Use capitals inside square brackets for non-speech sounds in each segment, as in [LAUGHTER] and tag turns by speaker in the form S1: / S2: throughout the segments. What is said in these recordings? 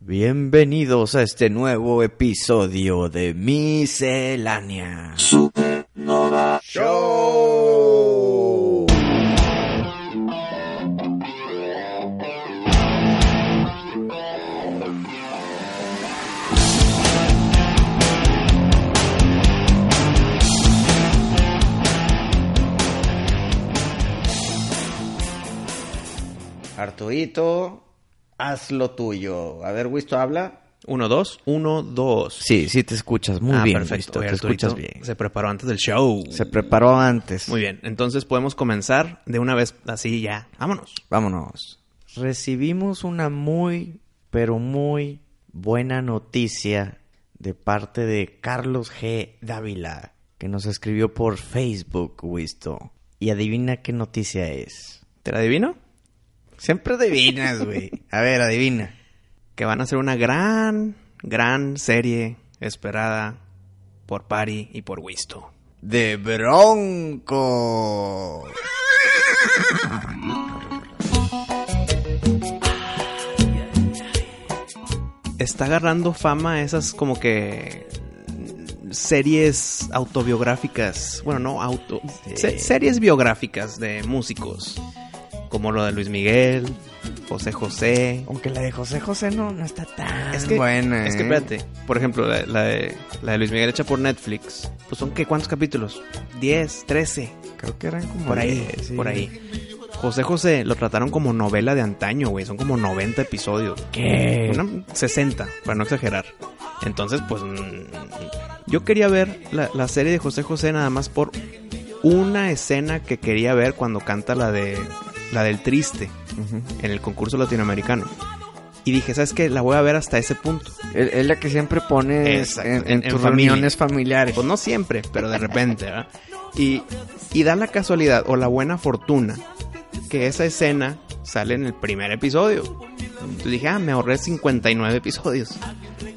S1: Bienvenidos a este nuevo episodio de Miscelánea
S2: Supernova
S1: Show.
S2: Artuito, haz lo tuyo. A ver, Wisto, habla.
S3: Uno, dos, uno, dos.
S1: Sí, sí te escuchas muy
S3: Ah,
S1: bien.
S3: perfecto.
S1: Risto,
S3: Oye,
S1: te
S3: Arturito
S1: escuchas bien.
S3: Se preparó antes del show.
S1: Se preparó antes.
S3: Muy bien. Entonces podemos comenzar de una vez así ya. Vámonos.
S1: Vámonos. Recibimos una muy, pero muy buena noticia de parte de Carlos G. Dávila, que nos escribió por Facebook, Wisto. Y adivina qué noticia es.
S3: ¿Te la adivino?
S1: Siempre adivinas, güey. A ver, adivina.
S3: Que van a hacer una gran, gran serie esperada por Pari y por Wisto.
S1: De Bronco.
S3: Está agarrando fama esas como que series autobiográficas. Bueno, no auto.
S1: Sí.
S3: se- series biográficas de músicos. Como lo de Luis Miguel, José José,
S1: Aunque la de José José no, no está tan
S3: Es que,
S1: buena.
S3: es que
S1: ¿eh?
S3: espérate, por ejemplo, la, la de, la de Luis Miguel hecha por Netflix, pues son qué, ¿cuántos capítulos? 10, 13,
S1: Creo que eran como
S3: por ahí,
S1: diez, sí.
S3: por ahí. José José lo trataron como novela de antaño, güey, son como 90 episodios.
S1: ¿Qué?
S3: Una- 60, para no exagerar. Entonces, pues mm, yo quería ver la, la serie de José José nada más por una escena que quería ver cuando canta la de la del triste
S1: Ujú.
S3: en el concurso latinoamericano. Y dije, ¿sabes qué? La voy a ver hasta ese punto.
S1: Es es la que siempre pones
S3: Exacto,
S1: en, en
S3: en- en
S1: tus
S3: familia.
S1: reuniones familiares.
S3: Pues no siempre, pero de repente, ¿verdad? Y, y da la casualidad o la buena fortuna que esa escena sale en el primer episodio. Entonces dije, ah, me ahorré 59 episodios.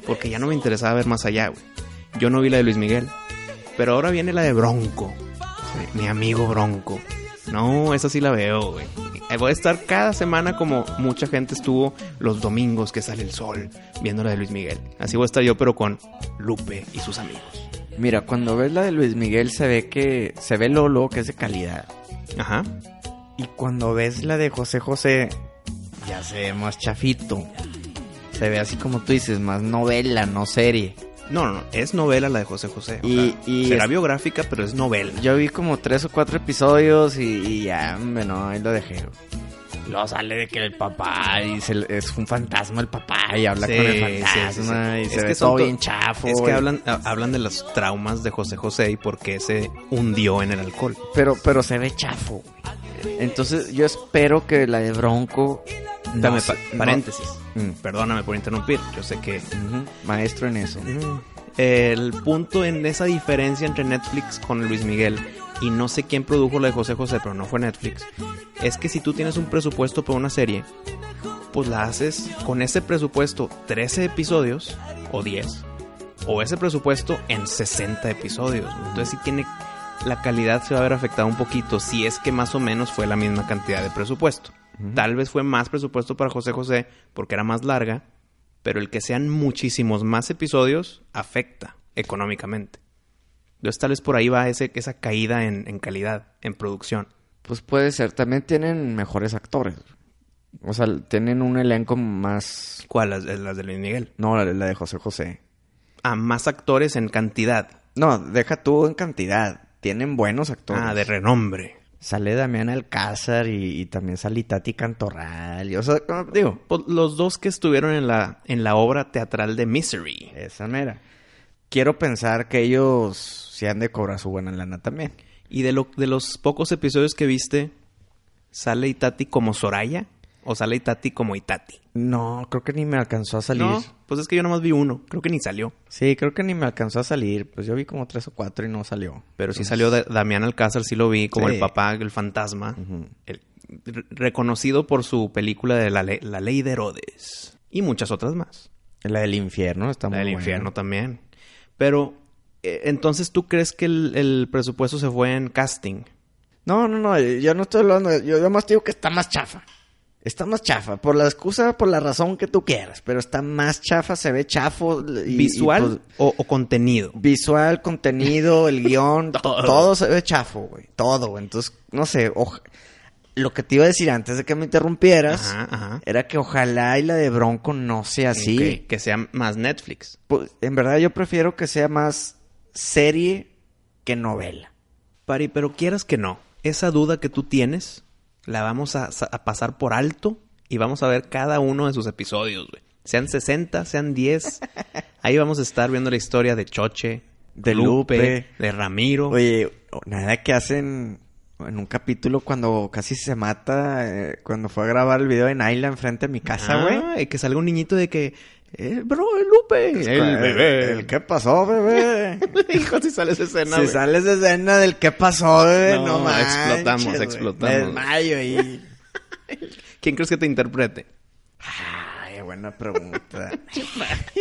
S3: Porque ya no me interesaba ver más allá, güey. Yo no vi la de Luis Miguel. Pero ahora viene la de Bronco. Sí, Mi amigo Bronco. No, esa sí la veo, güey. Eh, Voy a estar cada semana como mucha gente estuvo los domingos que sale el sol viendo la de Luis Miguel. Así voy a estar yo, pero con Lupe y sus amigos.
S1: Mira, cuando ves la de Luis Miguel se ve que se ve lo luego que es de calidad.
S3: Ajá.
S1: Y cuando ves la de José José ya se ve más chafito. Se ve así como tú dices, más novela, no serie.
S3: No, no, no, es novela la de José José. o
S1: Y-
S3: sea,
S1: y
S3: será
S1: es-
S3: biográfica, pero es novela.
S1: Yo vi como tres o cuatro episodios y, y ya, hombre, no, ahí lo dejé. Lo sale de que el papá y se- es un fantasma el papá y habla
S3: Sí,
S1: con el
S3: sí, sí,
S1: fantasma
S3: sí.
S1: y
S3: Es
S1: se
S3: que
S1: ve
S3: son
S1: todo
S3: to-
S1: bien chafo.
S3: Es
S1: y-
S3: que hablan, ha- hablan de los traumas de José José y por qué se hundió en el alcohol.
S1: Pero, pero se ve chafo. güey. Entonces yo espero que la de Bronco... no
S3: Dame
S1: se-
S3: pa-
S1: no-
S3: paréntesis.
S1: Mm.
S3: Perdóname por interrumpir. Yo sé que
S1: Ujú, Maestro en eso.
S3: Eh, el punto en esa diferencia entre Netflix con Luis Miguel y no sé quién produjo la de José José, pero no fue Netflix, es que si tú tienes un presupuesto para una serie, pues la haces con ese presupuesto 13 episodios o 10, o ese presupuesto en 60 episodios. Entonces sí tiene la calidad se va a ver afectada un poquito si es que más o menos fue la misma cantidad de presupuesto. Tal vez fue más presupuesto para José José porque era más larga, pero el que sean muchísimos más episodios afecta económicamente. Entonces tal vez por ahí va ese, esa caída en, en calidad, en producción.
S1: Pues puede ser. También tienen mejores actores. O sea, tienen un elenco más...
S3: ¿Cuál? Las, eh, las de Luis Miguel.
S1: No, la- la de José José.
S3: A Ah, más actores en cantidad.
S1: No, deja tú en cantidad. Tienen buenos actores.
S3: Ah, de renombre.
S1: Sale Damián Alcázar y, y también sale Tati Cantorral. Y, o sea, como digo,
S3: Pues, los dos que estuvieron en la, en la obra teatral de Misery.
S1: esa mera. Quiero pensar que ellos se han de cobrar su buena lana también.
S3: Y de, lo, de los pocos episodios que viste, sale Itati como Soraya. O sale Itati como Itati.
S1: No, creo que ni me alcanzó a salir.
S3: No, pues es que yo nomás vi uno. Creo que ni salió.
S1: Sí, creo que ni me alcanzó a salir. Pues yo vi como tres o cuatro y no salió.
S3: Pero sí salió Da- Damián Alcázar, sí lo vi, como
S1: Sí.
S3: el papá, el fantasma. El- re- reconocido por su película de la, Le- La Ley de Herodes. Y muchas otras más.
S1: La del infierno está
S3: La
S1: muy
S3: del
S1: buena.
S3: infierno también. Pero, eh, entonces, ¿tú crees que el, el presupuesto se fue en casting?
S1: No, no, no, yo no estoy hablando, de- yo nomás digo que está más chafa. Está más chafa, por la excusa, por la razón que tú quieras, pero está más chafa, se ve chafo. y- y,
S3: ¿Visual
S1: pues,
S3: o, o contenido?
S1: visual, contenido,
S3: [LAUGHS]
S1: el guión, todo. todo se ve chafo, güey, todo, güey. Entonces, no sé, oja- lo que te iba a decir antes de que me interrumpieras
S3: Ajá, ajá.
S1: era que ojalá y la de Bronco no sea así.
S3: Ok, que sea más Netflix.
S1: Pues, en verdad yo prefiero que sea más serie que novela.
S3: Pari, pero quieras que no, esa duda que tú tienes la vamos a, sa- a pasar por alto y vamos a ver cada uno de sus episodios, güey. Sean 60,
S1: [LAUGHS]
S3: sean 10. Ahí vamos a estar viendo la historia de Choche,
S1: De
S3: de Lupe,
S1: Lupe.
S3: de Ramiro.
S1: Oye, nada que hacen en un capítulo cuando casi se mata, eh, cuando fue a grabar el video de Naila enfrente de mi casa, güey.
S3: Ah, y que salga un niñito de que, eh, bro, el Lupe.
S1: Eh, el ¿Qué pasó, bebé?
S3: [LAUGHS] Hijo, si sale esa [LAUGHS] escena,
S1: si
S3: güey.
S1: sales de escena del ¿Qué pasó, bebé? No,
S3: No,
S1: manches,
S3: explotamos,
S1: güey.
S3: explotamos.
S1: Me desmayo y...
S3: ¿Quién crees que te interprete?
S1: Ay, buena pregunta.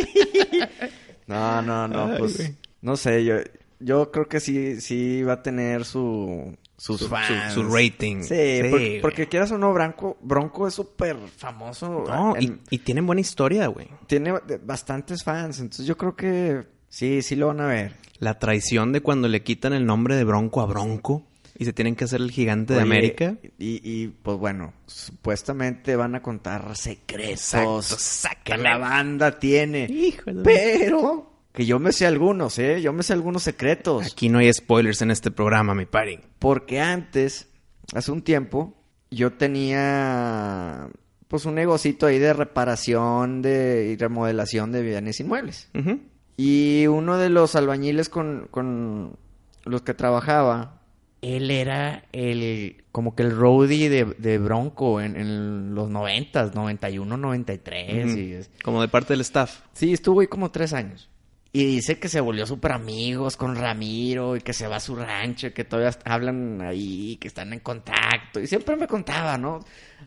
S1: [LAUGHS] no, no, no, pues no sé, yo yo creo que sí sí va a tener su sus
S3: Su-
S1: fans.
S3: su- su rating.
S1: Sí,
S3: Sí,
S1: por-
S3: güey.
S1: porque quieras o no, Bronco, Bronco es súper famoso.
S3: No, y,
S1: en-
S3: y tienen buena historia, güey.
S1: tiene ba- bastantes fans, entonces yo creo que sí, sí lo van a ver.
S3: La traición de cuando le quitan el nombre de Bronco a Bronco y se tienen que hacer el gigante de
S1: Oye,
S3: América.
S1: Y, y, pues bueno, supuestamente van a contar secretos
S3: Exacto,
S1: que la banda tiene.
S3: Híjole.
S1: Pero que yo me sé algunos, ¿eh? Yo me sé algunos secretos.
S3: Aquí no hay spoilers en este programa, mi pari.
S1: Porque antes, hace un tiempo, yo tenía pues un negocito ahí de reparación de, y remodelación de bienes inmuebles.
S3: Ujú.
S1: Y uno de los albañiles con, con los que trabajaba, él era el como que el roadie de, de Bronco en, en los 90, 91, 93.
S3: Ujú.
S1: y es-
S3: Como de parte del staff.
S1: Sí, estuvo ahí como tres años. Y dice que se volvió súper amigos con Ramiro y que se va a su rancho y que todavía hablan ahí, que están en contacto. Y siempre me contaba, ¿no?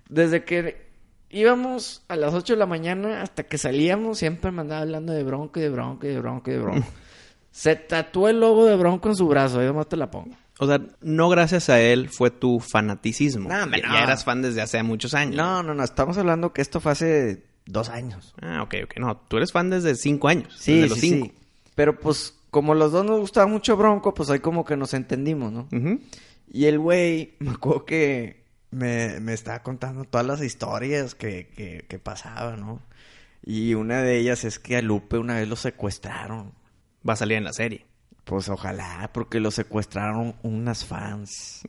S1: Desde que íbamos a las 8 de la mañana hasta que salíamos, siempre me andaba hablando de bronco y de bronco y de bronco y de [LAUGHS] bronco. se tatuó el logo de bronco en su brazo, ahí nomás te la pongo.
S3: O sea, no gracias a él fue tu fanaticismo.
S1: No, hombre,
S3: ya,
S1: no.
S3: ya eras fan desde hace muchos años.
S1: No, no, no, estamos hablando que esto fue hace dos años.
S3: Ah, ok, ok. No, tú eres fan desde cinco años.
S1: Sí,
S3: desde los
S1: sí,
S3: cinco.
S1: sí. Pero pues, como los dos nos gustaba mucho Bronco, pues ahí como que nos entendimos, ¿no?
S3: Ujú.
S1: Y el güey, [LAUGHS] me acuerdo que me, me estaba contando todas las historias que, que, que pasaban, ¿no? Y una de ellas es que a Lupe una vez lo secuestraron.
S3: Va a salir en
S1: [LAUGHS]
S3: la serie.
S1: Pues ojalá, porque lo secuestraron unas fans.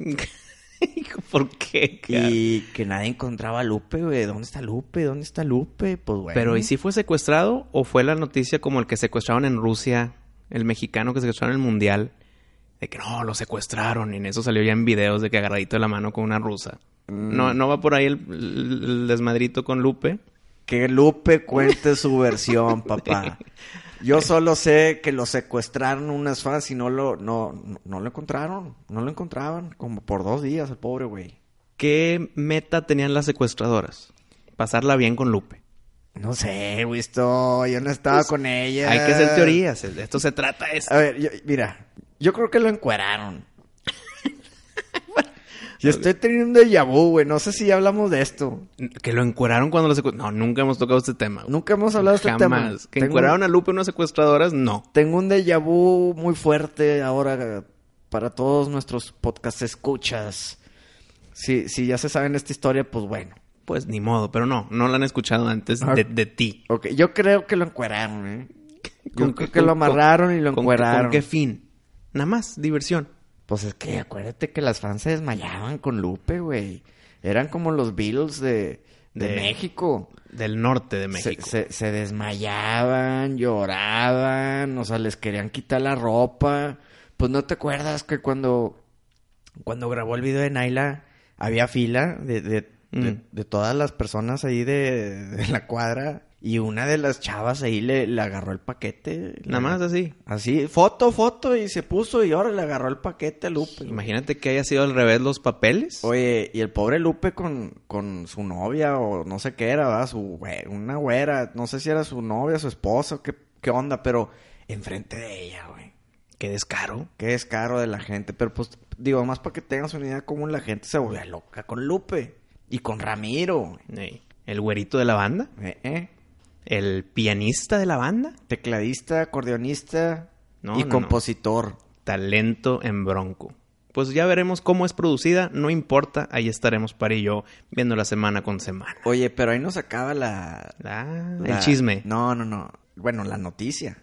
S3: Hijo, ¿por qué? cara?
S1: Y que nadie encontraba a Lupe, güey. ¿Dónde está Lupe? ¿Dónde está Lupe? Pues bueno.
S3: Pero ¿y si fue secuestrado o fue la noticia como el que secuestraron en Rusia, el mexicano que secuestraron en el mundial? De que no, lo secuestraron y en eso salió ya en videos de que agarradito de la mano con una rusa.
S1: Mm.
S3: No, no va por ahí el, el desmadrito con Lupe.
S1: Que Lupe cuente su
S3: [LAUGHS]
S1: versión, papá. Yo solo sé que lo secuestraron unas fans y no lo, no, no, no lo encontraron. No lo encontraban como por dos días el pobre güey.
S3: ¿Qué meta tenían las secuestradoras? Pasarla bien con Lupe.
S1: No sé, güey, esto, yo no estaba con ella.
S3: Pues, Hay que hacer teorías. De esto se trata. Es...
S1: A ver, yo- mira, yo creo que lo
S3: [LAUGHS]
S1: encueraron. yo estoy teniendo un déjà vu, güey, no sé si ya hablamos de esto.
S3: Que lo encueraron cuando lo secuestraron. No, nunca hemos tocado este tema. güey.
S1: Nunca hemos hablado de este tema.
S3: Jamás. Que
S1: Tengo-
S3: encueraron a Lupe unas secuestradoras, no.
S1: Tengo un déjà vu muy fuerte ahora para todos nuestros podcast escuchas. Si, si ya se saben esta historia, pues bueno.
S3: Pues ni modo, pero no, no la han escuchado antes
S1: Ah.
S3: de, de ti.
S1: Ok, yo creo que lo encueraron,
S3: [LAUGHS]
S1: ¿eh? Yo
S3: ¿Con
S1: creo
S3: qué-
S1: que lo
S3: con-
S1: amarraron y lo
S3: con-
S1: encueraron.
S3: ¿Con qué fin? Nada más, diversión.
S1: Pues es que acuérdate que las fans se desmayaban con Lupe, güey. Eran como los Beatles de, de
S3: De
S1: México.
S3: Del norte de
S1: Se,
S3: México.
S1: se- se desmayaban, lloraban, o sea, les querían quitar la ropa. Pues no te acuerdas que cuando, cuando grabó el video de Naila había fila de, de de,
S3: Mm.
S1: de todas las personas ahí de, de la cuadra. Y una de las chavas ahí le, le agarró el paquete.
S3: Nada más así.
S1: Así, foto, foto, y se puso y ahora le agarró el paquete a Lupe.
S3: Pues, Imagínate que haya sido al revés los papeles.
S1: Oye, y el pobre Lupe con, con su novia o no sé qué era, ¿verdad? Su güe- una güera, no sé si era su novia, su esposa, qué, qué onda, pero enfrente de ella, güey.
S3: Qué descaro.
S1: Qué descaro de la gente, pero pues digo, más para que tengas una idea cómo la gente se volvía loca con Lupe y con Ramiro. güey.
S3: Ey, El güerito de la banda.
S1: Eh, eh.
S3: El pianista de la banda.
S1: Tecladista, acordeonista
S3: No,
S1: y
S3: no, no.
S1: compositor.
S3: Talento en bronco. Pues ya veremos cómo es producida. No importa. Ahí estaremos para y yo viendo la semana con semana.
S1: Oye, pero ahí nos acaba la,
S3: Ah,
S1: la-
S3: el chisme.
S1: No, no, no. Bueno, la noticia.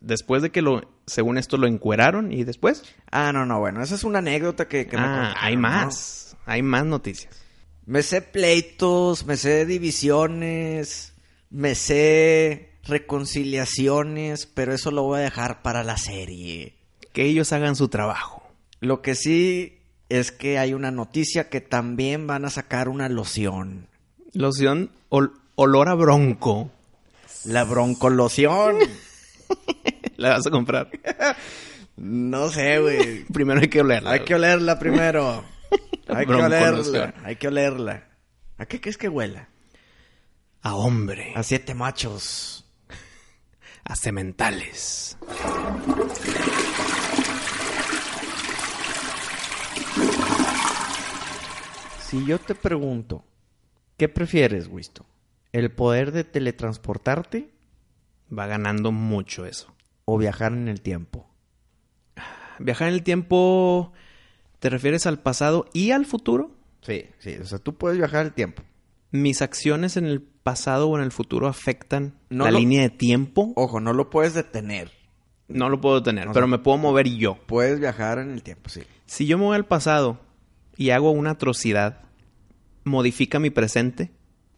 S3: Después de que lo, según esto, lo encueraron y después.
S1: Ah, no, no, bueno, esa es una anécdota que, que me
S3: Ah,
S1: contaron,
S3: hay
S1: ¿no?
S3: más. Hay más noticias.
S1: Me sé pleitos, me sé divisiones, me sé reconciliaciones, pero eso lo voy a dejar para la serie.
S3: Que ellos hagan su trabajo.
S1: Lo que sí es que hay una noticia que también van a sacar una loción.
S3: Loción ol- olor a bronco.
S1: La
S3: [LAUGHS]
S1: broncoloción.
S3: La vas a comprar. [LAUGHS]
S1: No sé, güey.
S3: Primero hay que olerla.
S1: Hay que olerla primero.
S3: [LAUGHS] La
S1: Hay que olerla.
S3: broncoloción.
S1: Hay que olerla. ¿A qué crees que huela?
S3: A hombre.
S1: A siete machos.
S3: a cementales.
S1: Si yo te pregunto, ¿qué prefieres, Wisto? ¿El poder de teletransportarte
S3: Va ganando mucho eso.
S1: o viajar en el tiempo?
S3: Viajar en el tiempo, ¿te refieres al pasado y al futuro?
S1: Sí, sí, o sea, tú puedes viajar en el tiempo.
S3: ¿Mis acciones en el pasado o en el futuro afectan
S1: No
S3: la
S1: lo-
S3: línea de tiempo?
S1: Ojo, no lo puedes detener.
S3: No lo puedo tener,
S1: No,
S3: pero
S1: no.
S3: me puedo mover yo.
S1: Puedes viajar en el tiempo, sí.
S3: Si yo me voy al pasado y hago una atrocidad, ¿modifica mi presente?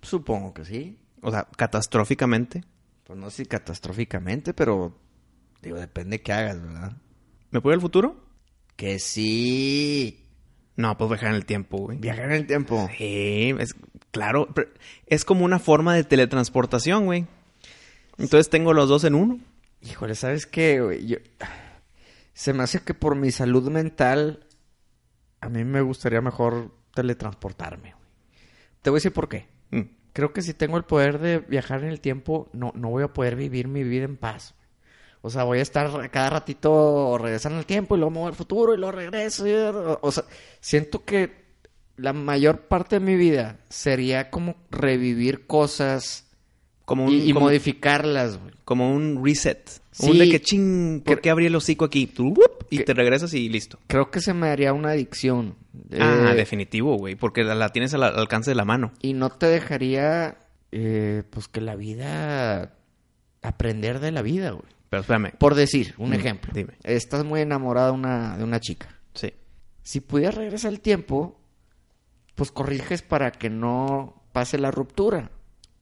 S1: Supongo que sí.
S3: O sea, catastróficamente.
S1: Pues no sé si catastróficamente, pero digo, depende que hagas, ¿verdad?
S3: ¿Me voy al futuro?
S1: Que sí.
S3: No, puedo viajar en el tiempo, güey.
S1: Viajar en el tiempo.
S3: Sí, es claro, pero es como una forma de teletransportación, güey. Entonces tengo los dos en uno.
S1: Híjole, ¿sabes qué, güey? Yo... Se me hace que por mi salud mental, a mí me gustaría mejor teletransportarme, güey. Te voy a decir por qué.
S3: Mm.
S1: Creo que si tengo el poder de viajar en el tiempo, no, no voy a poder vivir mi vida en paz. O sea, voy a estar a cada ratito regresando al tiempo y luego me voy al futuro y luego regreso. y- o- o sea, siento que la mayor parte de mi vida sería como revivir cosas
S3: Como un,
S1: y, y
S3: como,
S1: modificarlas, güey.
S3: como un reset.
S1: Sí.
S3: Un de que ching, ¿por
S1: Que-
S3: qué abrí el hocico aquí? Tú, ¡wup! y
S1: que-
S3: te regresas y listo.
S1: Creo que se me haría una adicción.
S3: Ah,
S1: Eh,
S3: definitivo, güey, porque la, la tienes al, al alcance de la mano.
S1: Y no te dejaría, eh, pues, que la vida... Aprender de la vida, güey.
S3: Pero espérame.
S1: Por decir, un
S3: Mm,
S1: ejemplo.
S3: dime.
S1: Estás muy enamorada de una, de una chica.
S3: Sí.
S1: Si pudieras regresar el tiempo, pues corriges para que no pase la ruptura.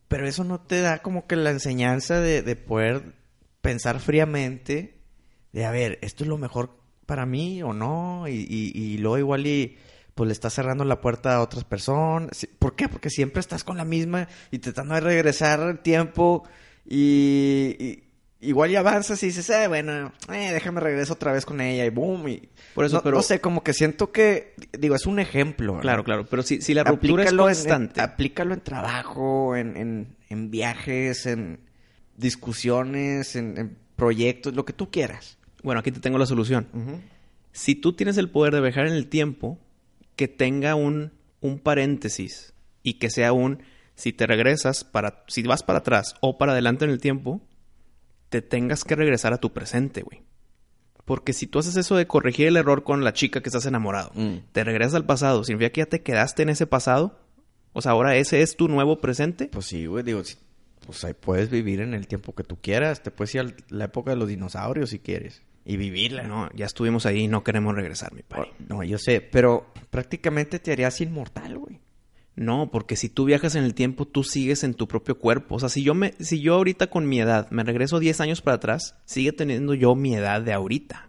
S1: Pero eso no te da como que la enseñanza de, de poder pensar fríamente, de a ver, esto es lo mejor para mí o no, y, y, y luego igual y pues le estás cerrando la puerta a otras personas. Sí, ¿Por qué? Porque siempre estás con la misma y tratando de regresar el tiempo y, y- igual y avanzas y dices, eh, bueno, eh, déjame regreso otra vez con ella y boom. Y,
S3: Por eso,
S1: no,
S3: pero-
S1: no sé, como que siento que, digo, es un ejemplo. ¿verdad?
S3: Claro, claro. Pero si, si la ruptura es
S1: Aplícalo en-
S3: constante.
S1: en- aplícalo en trabajo, en, en- en viajes, en discusiones, en, en proyectos, lo que tú quieras.
S3: Bueno, aquí te tengo la solución. Si tú tienes el poder de viajar en el tiempo, que tenga un, un paréntesis y que sea un, si te regresas, para, si vas para atrás o para adelante en el tiempo, te tengas que regresar a tu presente, güey. Porque si tú haces eso de corregir el error con la chica que estás enamorado,
S1: Mm.
S3: te regresas al pasado, significa que ya te quedaste en ese pasado, o sea, ahora ese es tu nuevo presente.
S1: Pues sí, güey, digo, si- pues ahí puedes vivir en el tiempo que tú quieras. Te puedes ir a la época de los dinosaurios si quieres. Y vivirla.
S3: No, ya estuvimos ahí y no queremos regresar, mi padre.
S1: No, yo sé, pero prácticamente te harías inmortal, güey.
S3: No, porque si tú viajas en el tiempo, tú sigues en tu propio cuerpo. O sea, si yo me, si yo ahorita con mi edad me regreso 10 años para atrás, sigue teniendo yo mi edad de ahorita,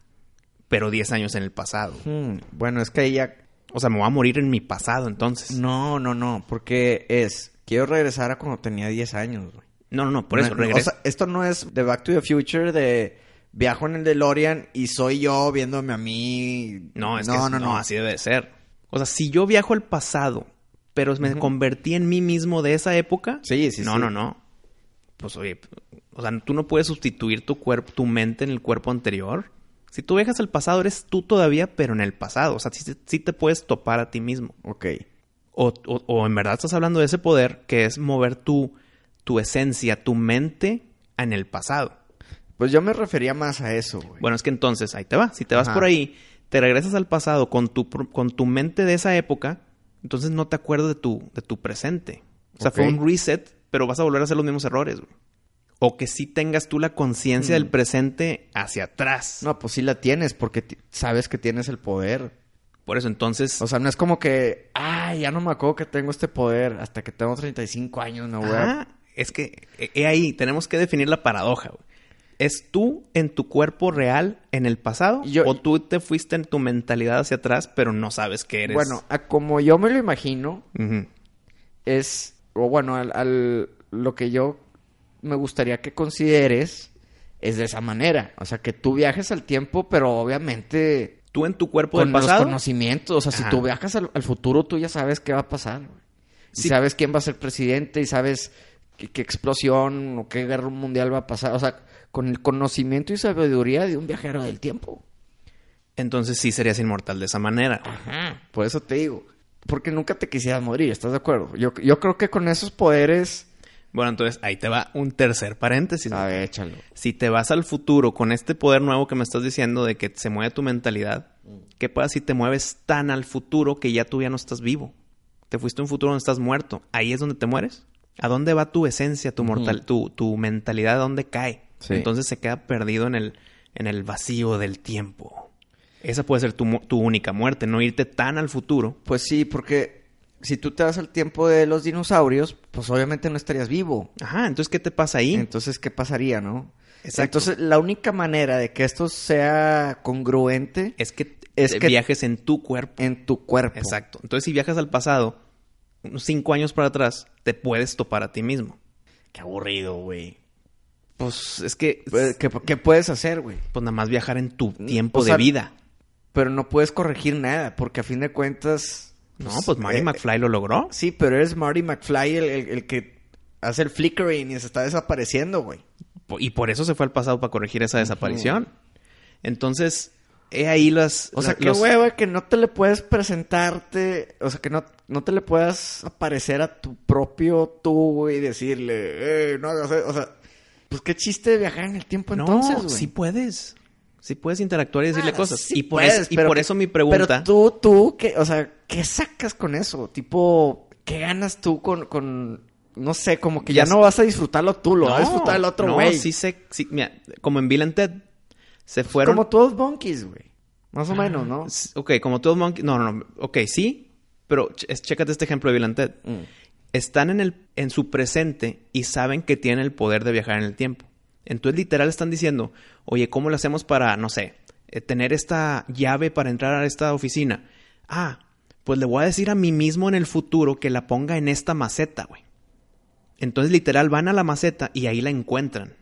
S3: pero 10 años en el pasado.
S1: Hmm, Bueno, es que ahí ya
S3: O sea, me voy a morir en mi pasado entonces.
S1: No, no, no, porque es, quiero regresar a cuando tenía 10 años, güey.
S3: No, no, no, por
S1: No,
S3: eso
S1: no,
S3: regresa.
S1: O sea, esto no es de Back to the Future de viajo en el DeLorean y soy yo viéndome a mí.
S3: no, es
S1: no,
S3: que
S1: no, no.
S3: así debe de ser. O sea, si yo viajo al pasado, pero me convertí en mí mismo de esa época.
S1: Sí, sí,
S3: No,
S1: sí.
S3: no, no. Pues oye, o sea, tú no puedes sustituir tu cuerpo, tu mente en el cuerpo anterior. Si tú viajas al pasado, eres tú todavía, pero en el pasado. O sea, sí, te- sí te puedes topar a ti mismo.
S1: Ok.
S3: O, o- o en verdad estás hablando de ese poder que es mover tu, tu esencia, tu mente en el pasado.
S1: Pues yo me refería más a eso, güey.
S3: Bueno, es que entonces ahí te va. Si te vas
S1: Pues. Ajá.
S3: por ahí, te regresas al pasado con tu, pro- con tu mente de esa época, entonces no te acuerdas de tu, de tu presente. O sea, fue
S1: Ok.
S3: un reset, pero vas a volver a hacer los mismos errores, güey. O que sí tengas tú la conciencia del presente hacia atrás.
S1: Mm. No, pues sí la tienes porque ti- sabes que tienes el poder.
S3: Por eso entonces...
S1: O sea, no es como que, ay, ya no me acuerdo que tengo este poder hasta que tengo 35 años, no, güey.
S3: Ajá. es que eh, eh, ahí tenemos que definir la paradoja, güey. ¿Es tú en tu cuerpo real en el pasado?
S1: Yo-
S3: ¿O tú te fuiste en tu mentalidad hacia atrás, pero no sabes que eres?
S1: Bueno, a como yo me lo imagino,
S3: Ujú.
S1: es, o bueno, al, al- lo que yo me gustaría que consideres es de esa manera. O sea, que tú viajes al tiempo, pero obviamente
S3: ¿Tú en tu cuerpo
S1: con
S3: del
S1: los
S3: pasado?
S1: conocimientos. O sea,
S3: Ajá.
S1: si tú viajas al, al futuro, tú ya sabes qué va a pasar. güey. Y
S3: Sí.
S1: sabes quién va a ser presidente y sabes qué, qué explosión o qué guerra mundial va a pasar. O sea, con el conocimiento y sabiduría de un viajero del tiempo.
S3: Entonces sí serías inmortal de esa manera. güey.
S1: Ajá, por eso te digo. Porque nunca te quisieras morir, ¿estás de acuerdo? Yo, yo creo que con esos poderes...
S3: Bueno, entonces ahí te va un tercer paréntesis.
S1: A
S3: güey.
S1: ver, échalo.
S3: Si te vas al futuro con este poder nuevo que me estás diciendo de que se mueve tu mentalidad,
S1: Mm.
S3: ¿qué pasa si te mueves tan al futuro que ya tú ya no estás vivo? Te fuiste a un futuro donde estás muerto. Ahí es donde te mueres. ¿A dónde va tu esencia, tu mortal, tu, tu mentalidad? ¿A dónde cae?
S1: Sí.
S3: Entonces se queda perdido en el, en el vacío del tiempo. Esa puede ser tu, mu- tu única muerte, no irte tan al futuro.
S1: Pues sí, porque si tú te vas al tiempo de los dinosaurios, pues obviamente no estarías vivo.
S3: Ajá, entonces ¿qué te pasa ahí?
S1: Entonces, ¿qué pasaría, no?
S3: Exacto.
S1: Entonces, la única manera de que esto sea congruente
S3: Es que,
S1: Es
S3: te
S1: que-
S3: viajes en tu cuerpo.
S1: en tu cuerpo.
S3: Exacto. Entonces, si viajas al pasado, unos cinco años para atrás, te puedes topar a ti mismo.
S1: Qué aburrido, güey.
S3: Pues es que,
S1: Pues,
S3: pues,
S1: ¿Qué, qué puedes hacer, güey?
S3: nada más viajar en tu tiempo
S1: Mm, o sea,
S3: de vida.
S1: Pero no puedes corregir nada, porque a fin de cuentas...
S3: No, pues Marty
S1: eh,
S3: McFly lo logró.
S1: Sí, pero eres Marty McFly el, el- el que hace el flickering y se está desapareciendo, güey.
S3: Po- Y por eso se fue al pasado para corregir esa desaparición. Entonces, he ahí las.
S1: O sea,
S3: la-
S1: qué
S3: los-
S1: hueva que no te le puedes presentarte, o sea, que no, no te le puedas aparecer a tu propio tú güey, y decirle, eh, no hagas eso", o sea, pues qué chiste de viajar en el tiempo
S3: No,
S1: entonces, güey.
S3: sí puedes. Sí puedes interactuar y decirle
S1: Ah,
S3: cosas.
S1: sí
S3: y por,
S1: puedes,
S3: eso, y
S1: pero
S3: por
S1: que-
S3: eso mi pregunta.
S1: Pero tú, tú, ¿qué, o sea, ¿qué sacas con eso? Tipo, ¿qué ganas tú con, con no sé, como que ya
S3: Ya
S1: no vas a disfrutarlo tú, lo va a disfrutar el otro
S3: no,
S1: güey. Pues,
S3: sí sé. sí, mira, como en Bill and Ted, se fueron. Ah,
S1: como todos monkeys, güey. Más o menos, ¿no?
S3: S- Ok, como todo monkey. No, no, no. Ok, sí. Pero ch- es- chécate este ejemplo de Bill and Ted.
S1: Mm,
S3: Están en, el, en su presente y saben que tienen el poder de viajar en el tiempo. Entonces, literal, están diciendo: Oye, ¿cómo lo hacemos para, no sé, eh, tener esta llave para entrar a esta oficina? Ah, pues le voy a decir a mí mismo en el futuro que la ponga en esta maceta, güey. Entonces, literal, van a la maceta y ahí la encuentran.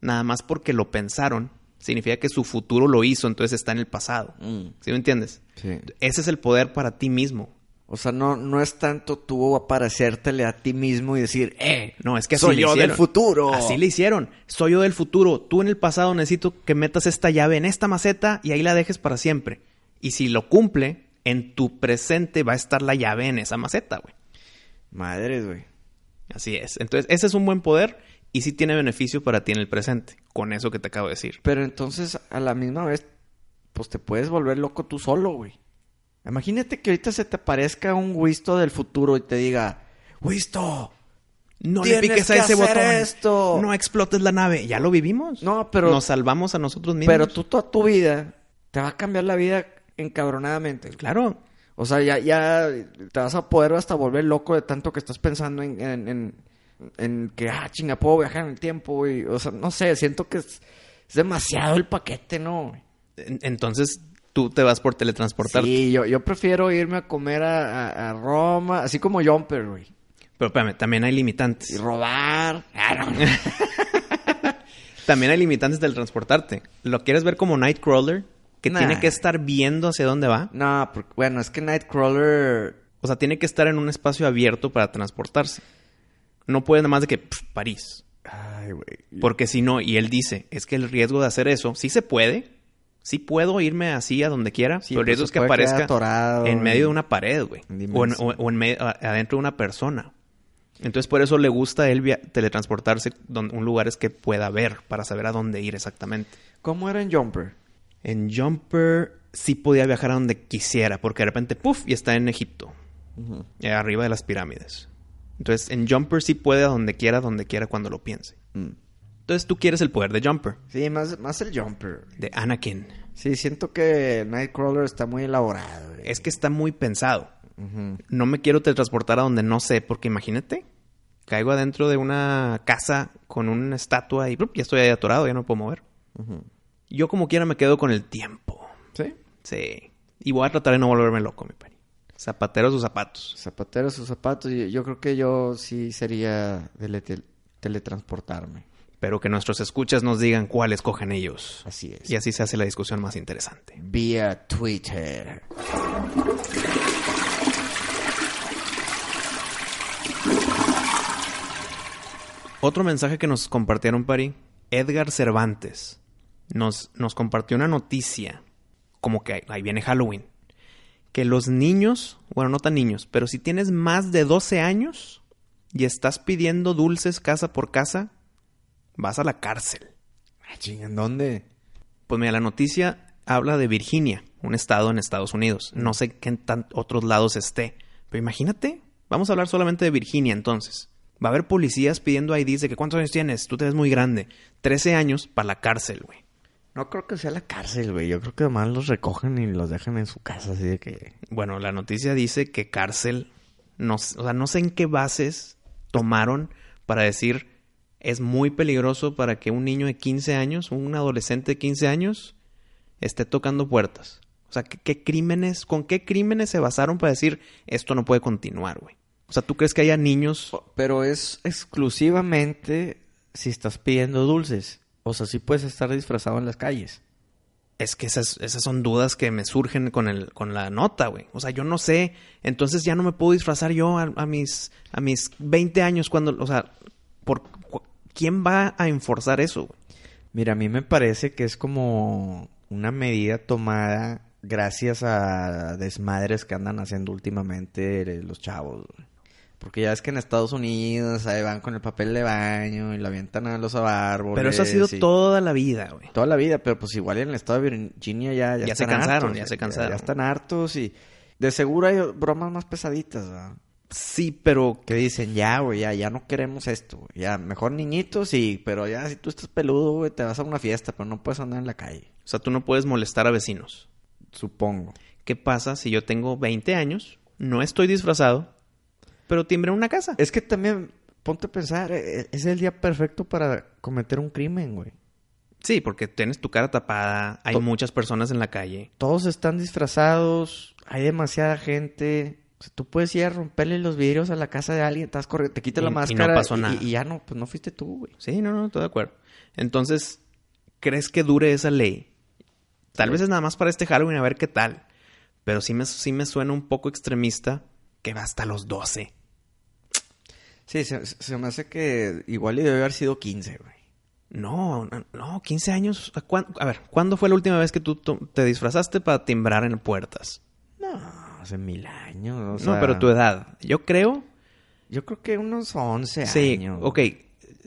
S3: Nada más porque lo pensaron, significa que su futuro lo hizo, entonces está en el pasado.
S1: mm.
S3: ¿Sí me entiendes?
S1: Sí.
S3: Ese es el poder para ti mismo.
S1: O sea, no, no es tanto tú aparecértele a ti mismo y decir, eh,
S3: No, es que así
S1: soy
S3: le
S1: yo del
S3: hicieron.
S1: futuro.
S3: Así le hicieron. Soy yo del futuro. Tú en el pasado necesito que metas esta llave en esta maceta y ahí la dejes para siempre. Y si lo cumple, en tu presente va a estar la llave en esa maceta, güey.
S1: Madres, güey.
S3: Así es. Entonces, ese es un buen poder y sí tiene beneficio para ti en el presente. Con eso que te acabo de decir.
S1: Pero entonces, a la misma vez, pues te puedes volver loco tú solo, güey. Imagínate que ahorita se te aparezca un Wisto del futuro y te diga, Wisto.
S3: No
S1: Tienes
S3: le piques a
S1: que
S3: ese
S1: hacer
S3: botón.
S1: esto.
S3: No explotes la nave. Ya lo vivimos.
S1: No, pero-
S3: Nos salvamos a nosotros mismos.
S1: Pero tú toda tu vida, te va a cambiar la vida encabronadamente. güey.
S3: Claro.
S1: O sea, ya, ya te vas a poder hasta volver loco de tanto que estás pensando en, en, en- en que, ah, chinga, puedo viajar en el tiempo, güey. O sea, no sé, siento que es, es demasiado el paquete, ¿no?
S3: En- Entonces, tú te vas por teletransportarte.
S4: Sí, yo, yo prefiero irme a comer a, a- a Roma, así como Jumper, güey.
S3: Pero espérame, también hay limitantes.
S4: Y robar. Ah, no.
S3: También hay limitantes del transportarte. ¿Lo quieres ver como Nightcrawler? Que
S1: Nah.
S3: tiene que estar viendo hacia dónde va.
S1: No, porque, bueno, es que Nightcrawler.
S3: O sea, tiene que estar en un espacio abierto para transportarse. No puede nada más de que pf, París.
S4: Ay, güey.
S3: Porque si no, y él dice, es que el riesgo de hacer eso, sí se puede. Sí puedo irme así a donde quiera.
S4: Sí,
S3: pero el
S4: pues, se
S3: riesgo es que
S4: puede quedar
S3: aparezca
S4: atorado
S3: en medio de
S4: y-
S3: una pared, güey.
S4: Dime
S3: O, en-
S4: eso.
S3: o- o en medio- a- adentro de una persona. Entonces, por eso le gusta a él via- teletransportarse donde un lugar es que pueda ver para saber a dónde ir exactamente.
S4: ¿Cómo era en Jumper?
S3: En Jumper sí podía viajar a donde quisiera, porque de repente, puff, y está en Egipto, eh, arriba de las pirámides. Entonces, en Jumper sí puede a donde quiera, donde quiera, cuando lo piense. Entonces, tú quieres el poder de Jumper,
S4: Sí, más, más el Jumper.
S3: de Anakin.
S4: Sí, siento que Nightcrawler está muy elaborado, güey.
S3: Es que está muy pensado. No me quiero teletransportar a donde no sé, porque imagínate, caigo adentro de una casa con una estatua y plup, ya estoy ahí atorado, ya no me puedo mover. Yo como quiera me quedo con el tiempo.
S4: ¿Sí?
S3: Sí. Y voy a tratar de no volverme loco, mi pari. Zapatero a sus zapatos.
S4: Zapatero a sus zapatos. Yo, yo creo que yo sí sería de le- tel- teletransportarme.
S3: Pero que nuestros escuchas nos digan cuál escogen ellos.
S4: Así es.
S3: Y así se hace la discusión más interesante.
S4: Vía Twitter.
S3: Otro mensaje que nos compartieron, Pari. Edgar Cervantes nos, nos compartió una noticia, como que ahí- ahí viene Halloween, que los niños, bueno, no tan niños, pero si tienes más de 12 años y estás pidiendo dulces casa por casa, vas a la cárcel.
S4: Ah, chingan, ¿dónde?
S3: Pues mira, la noticia habla de Virginia, un estado en Estados Unidos. No sé qué en tan- otros lados esté. Pero imagínate, vamos a hablar solamente de Virginia entonces. Va a haber policías pidiendo IDs de que cuántos años tienes, tú te ves muy grande. 13 años para la cárcel, güey.
S1: No creo que sea la cárcel, güey. Yo creo que además los recogen y los dejan en su casa, así de que.
S3: Bueno, la noticia dice que cárcel, no, s- o sea, no sé en qué bases tomaron para decir es muy peligroso para que un niño de 15 años, un adolescente de 15 años, esté tocando puertas. O sea, ¿qué, qué crímenes, con qué crímenes se basaron para decir esto no puede continuar, güey? O sea, ¿tú crees que haya niños?
S1: Pero es exclusivamente si estás pidiendo dulces. O sea, sí puedes estar disfrazado en las calles.
S3: Es que esas, esas son dudas que me surgen con, el, con la nota, güey. O sea, yo no sé. Entonces ya no me puedo disfrazar yo a, a mis, a mis 20 años cuando... O sea, por, cu- ¿quién va a enforzar eso? güey?
S1: Mira, a mí me parece que es como una medida tomada gracias a desmadres que andan haciendo últimamente los chavos. güey. Porque ya ves que en Estados Unidos ahí van con el papel de baño y lo avientan a los árboles.
S3: Pero eso ha sido
S1: y-
S3: toda la vida, güey.
S1: Toda la vida, pero pues igual en el estado de Virginia ya, ya,
S3: Ya se
S1: están
S3: cansaron,
S1: hartos,
S3: ya se cansaron.
S1: Ya, están hartos y de seguro hay bromas más pesaditas, ¿verdad?
S3: Sí, pero...
S1: Que dicen, ya, güey, ya, ya no queremos esto, güey. Ya, mejor niñitos y, pero ya si tú estás peludo, güey, te vas a una fiesta, pero no puedes andar en la calle.
S3: O sea, tú no puedes molestar a vecinos.
S1: Supongo.
S3: ¿Qué pasa si yo tengo 20 años, no estoy disfrazado, pero timbré una casa?
S1: Es que también, ponte a pensar, e- es el día perfecto para cometer un crimen, güey.
S3: Sí, porque tienes tu cara tapada, hay muchas personas en la calle.
S1: Todos están disfrazados, hay demasiada gente. O sea, tú puedes ir a romperle los vidrios a la casa de alguien, estás corriendo, te quitas
S3: Y-
S1: la
S3: y no
S1: máscara
S3: pasó nada.
S1: y ya no, pues no fuiste tú, güey.
S3: Sí, no, no, estoy de acuerdo. Entonces, ¿crees que dure esa ley? Tal vez es nada más para este Halloween a ver qué tal. Pero sí me, sí me suena un poco extremista que va hasta los 12.
S1: Sí, se, se me hace que igual y debe haber sido 15, güey.
S3: No, no, no, 15 años. ¿a, cuán- a ver, ¿cuándo fue la última vez que tú to- te disfrazaste para timbrar en puertas?
S1: No, hace mil años. o
S3: no,
S1: sea,
S3: pero tu edad. Yo creo.
S1: Yo creo que unos 11
S3: Sí,
S1: años.
S3: ok.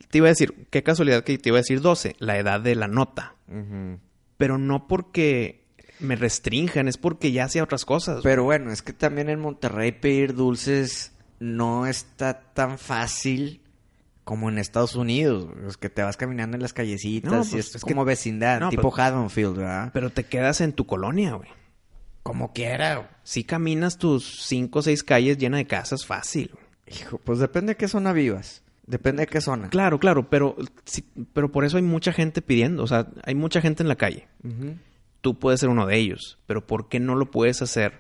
S3: Te iba a decir, qué casualidad que te iba a decir 12, la edad de la nota.
S1: Ujú.
S3: Pero no porque me restrinjan, es porque ya hacía otras cosas.
S1: Pero bueno, es que también en Monterrey pedir dulces no está tan fácil como en Estados Unidos. güey. Es que te vas caminando en las callecitas
S3: No,
S1: y
S3: pues,
S1: es,
S3: es que-
S1: como vecindad,
S3: no,
S1: tipo
S3: pero-
S1: Haddonfield, ¿verdad?
S3: Pero te quedas en tu colonia, güey.
S1: Como quiera. güey.
S3: Si caminas tus cinco o seis calles llena de casas, fácil. güey.
S1: Hijo, pues depende de qué zona vivas. Depende de qué zona.
S3: Claro, claro, pero, sí, pero por eso hay mucha gente pidiendo. O sea, hay mucha gente en la calle. tú puedes ser uno de ellos, pero ¿por qué no lo puedes hacer?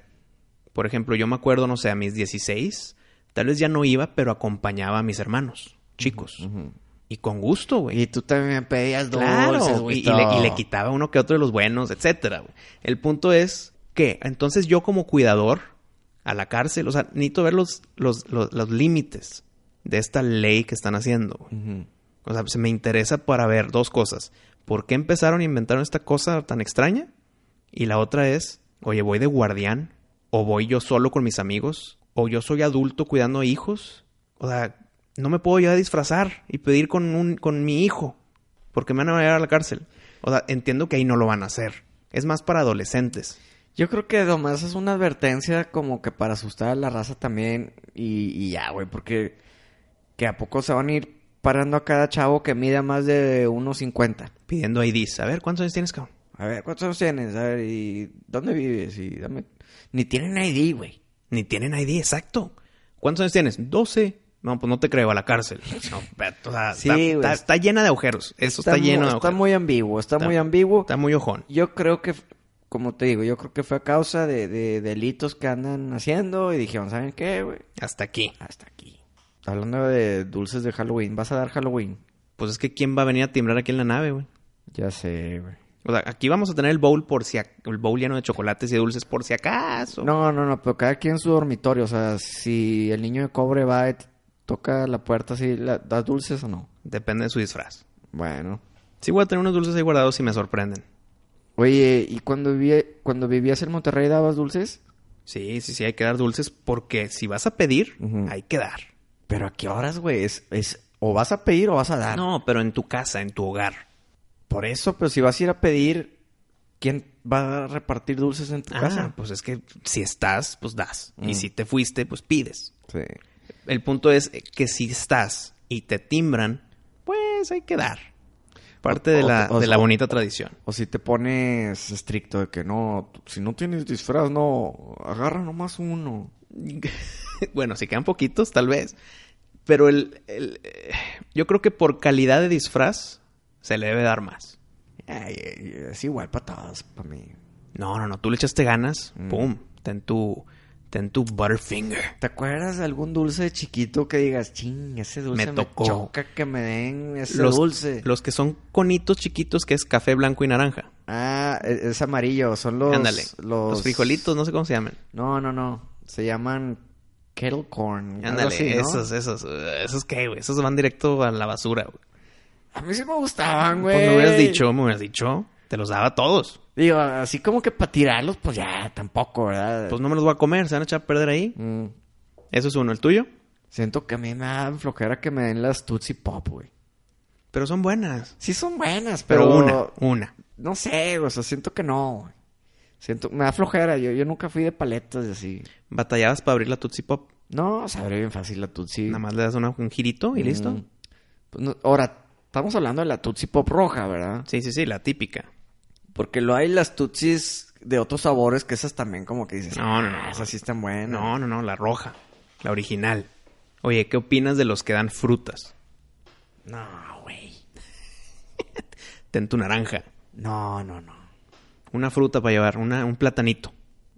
S3: Por ejemplo, yo me acuerdo, no sé, a mis 16, tal vez ya no iba, pero acompañaba a mis hermanos, chicos. Y con gusto, güey.
S1: Y tú también pedías
S3: Claro,
S1: dulces,
S3: y,
S1: güey.
S3: y le, y le quitaba uno que otro de los buenos, etcétera. güey. El punto es que entonces yo como cuidador a la cárcel, o sea, necesito ver los los los- los límites de esta ley que están haciendo. güey. O sea, se me interesa para ver dos cosas. ¿Por qué empezaron e inventaron esta cosa tan extraña? Y la otra es, oye, voy de guardián, o voy yo solo con mis amigos, o yo soy adulto cuidando hijos. O sea, no me puedo yo disfrazar y pedir con, un, con mi hijo, porque me van a llevar a la cárcel. O sea, entiendo que ahí no lo van a hacer. Es más para adolescentes.
S1: Yo creo que nomás es una advertencia como que para asustar a la raza también y, y ya, güey, porque que a poco se van a ir parando a cada chavo que mida más de 1.50.
S3: Pidiendo IDs. A ver, ¿cuántos años tienes, cabrón?
S1: A ver, ¿cuántos años tienes? A ver, ¿y dónde vives? Y dame... Ni tienen ID, güey.
S3: Ni tienen ID, exacto. ¿Cuántos años tienes? 12. No, pues no te creo, a
S1: [LAUGHS]
S3: la cárcel. No, espérate, o sea,
S1: Sí,
S3: está,
S1: güey.
S3: está- está llena de agujeros. Eso está,
S1: mu-
S3: lleno de
S1: Está
S3: agujeros.
S1: muy ambiguo, está,
S3: Está-
S1: muy ambiguo.
S3: Está muy ojón.
S1: Yo creo que, como te digo, yo creo que fue a causa de, de delitos que andan haciendo y dijeron, ¿saben qué, güey?
S3: Hasta aquí.
S1: Hasta aquí. Hablando de dulces de Halloween, ¿vas a dar Halloween?
S3: Pues es que ¿quién va a venir a timbrar aquí en la nave, güey?
S1: Ya sé, güey.
S3: O sea, aquí vamos a tener el bowl por si ac- el bowl lleno de chocolates y de dulces por si acaso.
S1: No, no, no, pero cada quien en su dormitorio. O sea, si el niño de cobre va y t- toca la puerta así, la- ¿das dulces o no?
S3: Depende de su disfraz.
S1: Bueno.
S3: Sí voy a tener unos dulces ahí guardados si me sorprenden.
S1: Oye, ¿y cuando, vivi- cuando vivías en Monterrey dabas dulces?
S3: Sí, sí, sí, hay que dar dulces porque si vas a pedir,
S1: Ujú.
S3: hay que dar.
S5: Pero a qué horas, güey? Es, es o vas a pedir o vas a dar.
S3: No, pero en tu casa, en tu hogar.
S1: Por eso, pero si vas a ir a pedir, ¿quién va a repartir dulces en tu
S3: Ah,
S1: casa?
S3: pues es que si estás, pues das.
S1: Mm.
S3: Y si te fuiste, pues pides.
S1: Sí.
S3: El punto es que si estás y te timbran, pues hay que dar. Parte de
S1: O-
S3: la,
S1: o-
S3: de la
S1: o-
S3: bonita tradición. [LAUGHS]
S1: O si te pones estricto de que no, si no tienes disfraz, no, agarra nomás uno.
S3: bueno, si quedan poquitos, tal vez. Pero el, el, eh, yo creo que por calidad de disfraz se le debe dar más.
S1: Ay, ay, es igual para todos, para mí.
S3: No, no, no. Tú le echaste ganas.
S1: Mm.
S3: Pum. Ten tu, ten tu butterfinger.
S1: ¿Te acuerdas de algún dulce de chiquito que digas, ching, ese dulce
S3: Me
S1: me,
S3: tocó".
S1: choca que me den ese dulce?
S3: los que son conitos chiquitos que es café blanco y naranja.
S1: Ah, es, es amarillo, son los...
S3: Ándale. Los... frijolitos, no sé cómo se llaman.
S1: No, no, no, se llaman kettle corn. algo
S3: Ándale,
S1: así, ¿no?
S3: esos, esos. eh, ¿Esos qué, güey? Esos van directo a la basura, güey.
S1: A mí sí me gustaban, güey.
S3: Pues me hubieras dicho, me hubieras dicho. Te los daba a todos.
S1: Digo, así como que para tirarlos, pues ya, tampoco, ¿verdad?
S3: Pues no me los voy a comer, se van a echar a perder ahí.
S1: Mm.
S3: Eso es uno, el tuyo.
S1: Siento que a mí me dan flojera que me den las Tootsie Pop, güey.
S3: Pero son buenas.
S1: Sí son buenas, pero...
S3: Pero una, una.
S1: No sé, o sea, siento que no, güey. Siento... Me da flojera. Yo, yo nunca fui de paletas y así.
S3: Batallabas para abrir la Tootsie Pop.
S1: No, sabré bien fácil la Tootsie.
S3: Nada más le das una- un girito y listo.
S1: Mm. Pues no- ahora, estamos hablando de la Tootsie Pop roja, ¿verdad?
S3: Sí, sí, sí, la típica.
S1: Porque lo hay las Tootsies de otros sabores que esas también como que dices...
S3: No, no, no.
S1: "Ah, Esas sí están buenas.
S3: No, no, no, la roja. La original. Oye, ¿qué opinas de los que dan frutas?
S1: No, güey.
S3: Ten tu naranja.
S1: No, no, no.
S3: Una fruta para llevar, una, un platanito.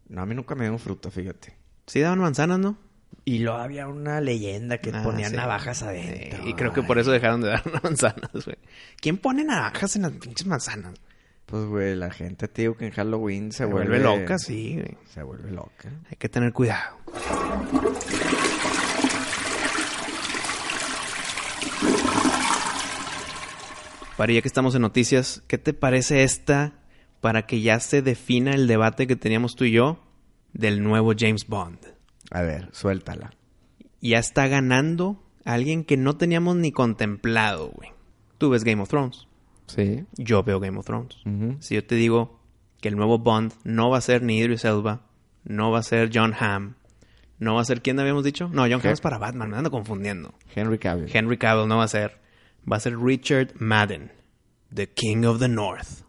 S1: No, a mí nunca me dieron fruta, fíjate.
S3: Sí daban manzanas, ¿no?
S5: Y luego había una leyenda que
S3: Ah,
S5: ponían
S3: sí.
S5: navajas
S3: Eh,
S5: adentro.
S3: y creo que por eso dejaron de dar [LAUGHS] manzanas, güey. ¿Quién pone naranjas en las pinches manzanas?
S1: Pues, güey, la gente, te digo que en Halloween se,
S3: Se vuelve loca, sí, güey.
S1: Se vuelve loca.
S3: Hay que tener cuidado. Para ya que estamos en noticias, ¿qué te parece esta para que ya se defina el debate que teníamos tú y yo del nuevo James Bond?
S1: A ver, suéltala.
S3: Ya está ganando a alguien que no teníamos ni contemplado, güey. Tú ves Game of Thrones.
S1: Sí.
S3: Yo veo Game of Thrones.
S1: Ujú.
S3: Si yo te digo que el nuevo Bond no va a ser ni Idris Elba, no va a ser John Hamm, no va a ser quién habíamos dicho? No, John Hamm es para Batman, me ando confundiendo.
S1: Henry Cavill.
S3: Henry Cavill no va a ser, va a ser Richard Madden, The King of the North.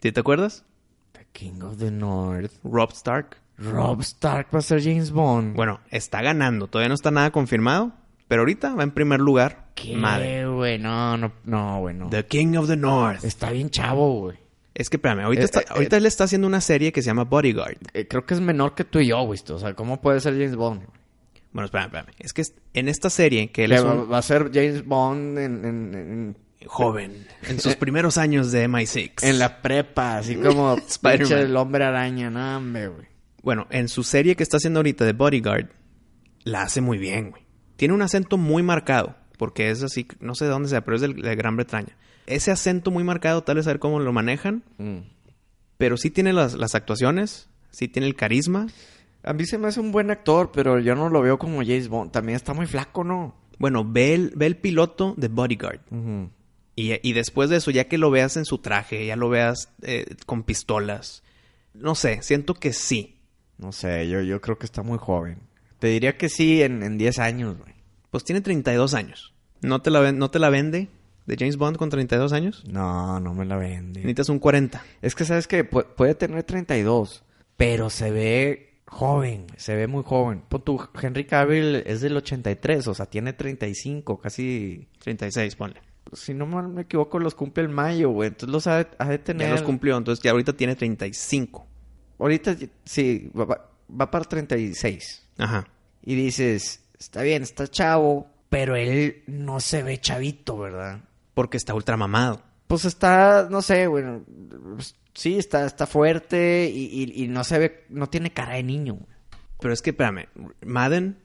S3: ¿Sí te acuerdas?
S1: The King of the North.
S3: Rob Stark.
S1: Rob Stark va a ser James Bond.
S3: Bueno, está ganando, todavía no está nada confirmado, pero ahorita va en primer lugar
S1: ¿Qué,
S3: Madden,
S1: güey? No, no, no, güey, no.
S3: The King of the North.
S1: Está bien chavo, güey.
S3: Es que, espérame, ahorita,
S1: Eh,
S3: está-
S1: eh,
S3: ahorita él está haciendo una serie que se llama Bodyguard.
S1: Eh, creo que es menor que tú y yo, güey. O sea, ¿cómo puede ser James Bond?
S3: Bueno, espérame, espérame. Es que es- en esta serie, que él
S1: Que
S3: es
S1: va,
S3: un
S1: va a ser James Bond en, en- en-
S3: joven, en sus primeros años de MI6.
S1: [LAUGHS] en la prepa,
S3: [LAUGHS]
S1: así como
S3: Spider-Man.
S1: pinche el hombre araña, no, hombre, güey.
S3: Bueno, en su serie que está haciendo ahorita de Bodyguard, la hace muy bien, güey. Tiene un acento muy marcado, porque es así, no sé de dónde sea, pero es del- de Gran Bretaña. Ese acento muy marcado, tal vez saber cómo lo manejan, pero sí tiene las, las actuaciones, sí tiene el carisma.
S1: A mí se me hace un buen actor, pero yo no lo veo como James Bond. También está muy flaco, ¿no?
S3: Bueno, ve el, ve el piloto de Bodyguard. y, y después de eso, ya que lo veas en su traje, ya lo veas eh, con pistolas, no sé, siento que sí.
S1: No sé, yo, yo creo que está muy joven. Te diría que sí en, en 10 años, güey.
S3: Pues tiene 32 años. ¿No te la, ven- no te la vende de James Bond con 32 años?
S1: No, no me la vende.
S3: Necesitas un 40.
S1: Es que, ¿sabes que Puede tener 32, pero se ve joven, güey, se ve muy joven. Pon tu Henry Cavill es del 83, o sea, tiene 35, casi...
S3: 36, ponle.
S1: Si no mal me equivoco, los cumple en mayo, güey. Entonces los ha de, ha de tener...
S3: Ya los cumplió, entonces ya ahorita tiene 35.
S1: Ahorita, sí, va- va, va para 36.
S3: Ajá.
S1: Y dices, está bien, está chavo, pero él no se ve chavito, ¿verdad?
S3: Porque está ultra mamado.
S1: Pues está, no sé, bueno, pues, sí, está, está fuerte y, y- y no se ve, no tiene cara de niño.
S3: Pero es que, espérame, Madden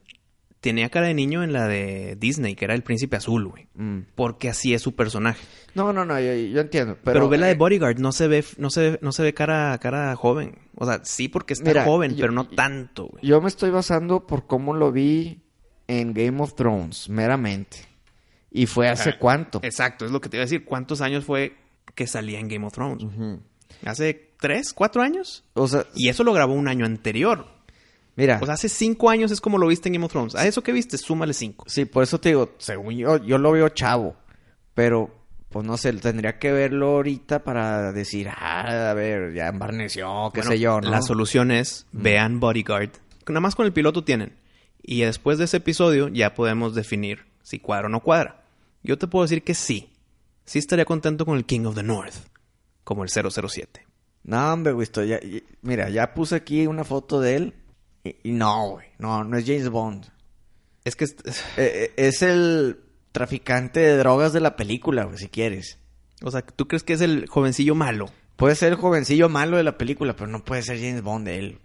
S3: tenía cara de niño en la de Disney, que era el príncipe azul, güey. Porque así es su personaje.
S1: No, no, no, yo, yo entiendo. Pero, eh,
S3: Pero, eh, ve la de Bodyguard, no se ve, no se ve, no se ve cara, cara joven. O sea, sí porque está
S1: Mira,
S3: joven,
S1: yo-
S3: pero no tanto, güey.
S1: Yo me estoy basando por cómo lo vi en Game of Thrones, meramente. Y fue hace
S3: Ah,
S1: cuánto.
S3: Exacto, es lo que te iba a decir. ¿Cuántos años fue que salía en Game of Thrones? güey?
S1: Ujú.
S3: ¿Hace tres, cuatro años?
S1: O sea,
S3: Y eso lo grabó un año anterior.
S1: mira.
S3: O sea, hace cinco años es como lo viste en Game of Thrones. A eso que viste, súmale cinco.
S1: Sí, por eso te digo, según yo, yo lo veo chavo, pero pues no sé, tendría que verlo ahorita para decir, ah, a ver, ya embarneció, qué
S3: Bueno,
S1: sé yo, ¿no?
S3: La solución es, vean Bodyguard. Nada más con el piloto tienen. Y después de ese episodio ya podemos definir si cuadra o no cuadra. Yo te puedo decir que sí. Sí estaría contento con el King of the North. Como el 007.
S1: No, hombre, güey, estoy ya, y- mira, ya puse aquí una foto de él y, y no, güey, no, no es James Bond.
S3: Es que... es-
S1: Eh, eh, es el traficante de drogas de la película, güey, si quieres.
S3: O sea, ¿tú crees que es el jovencillo malo?
S1: Puede ser el jovencillo malo de la película, pero no puede ser James Bond de él.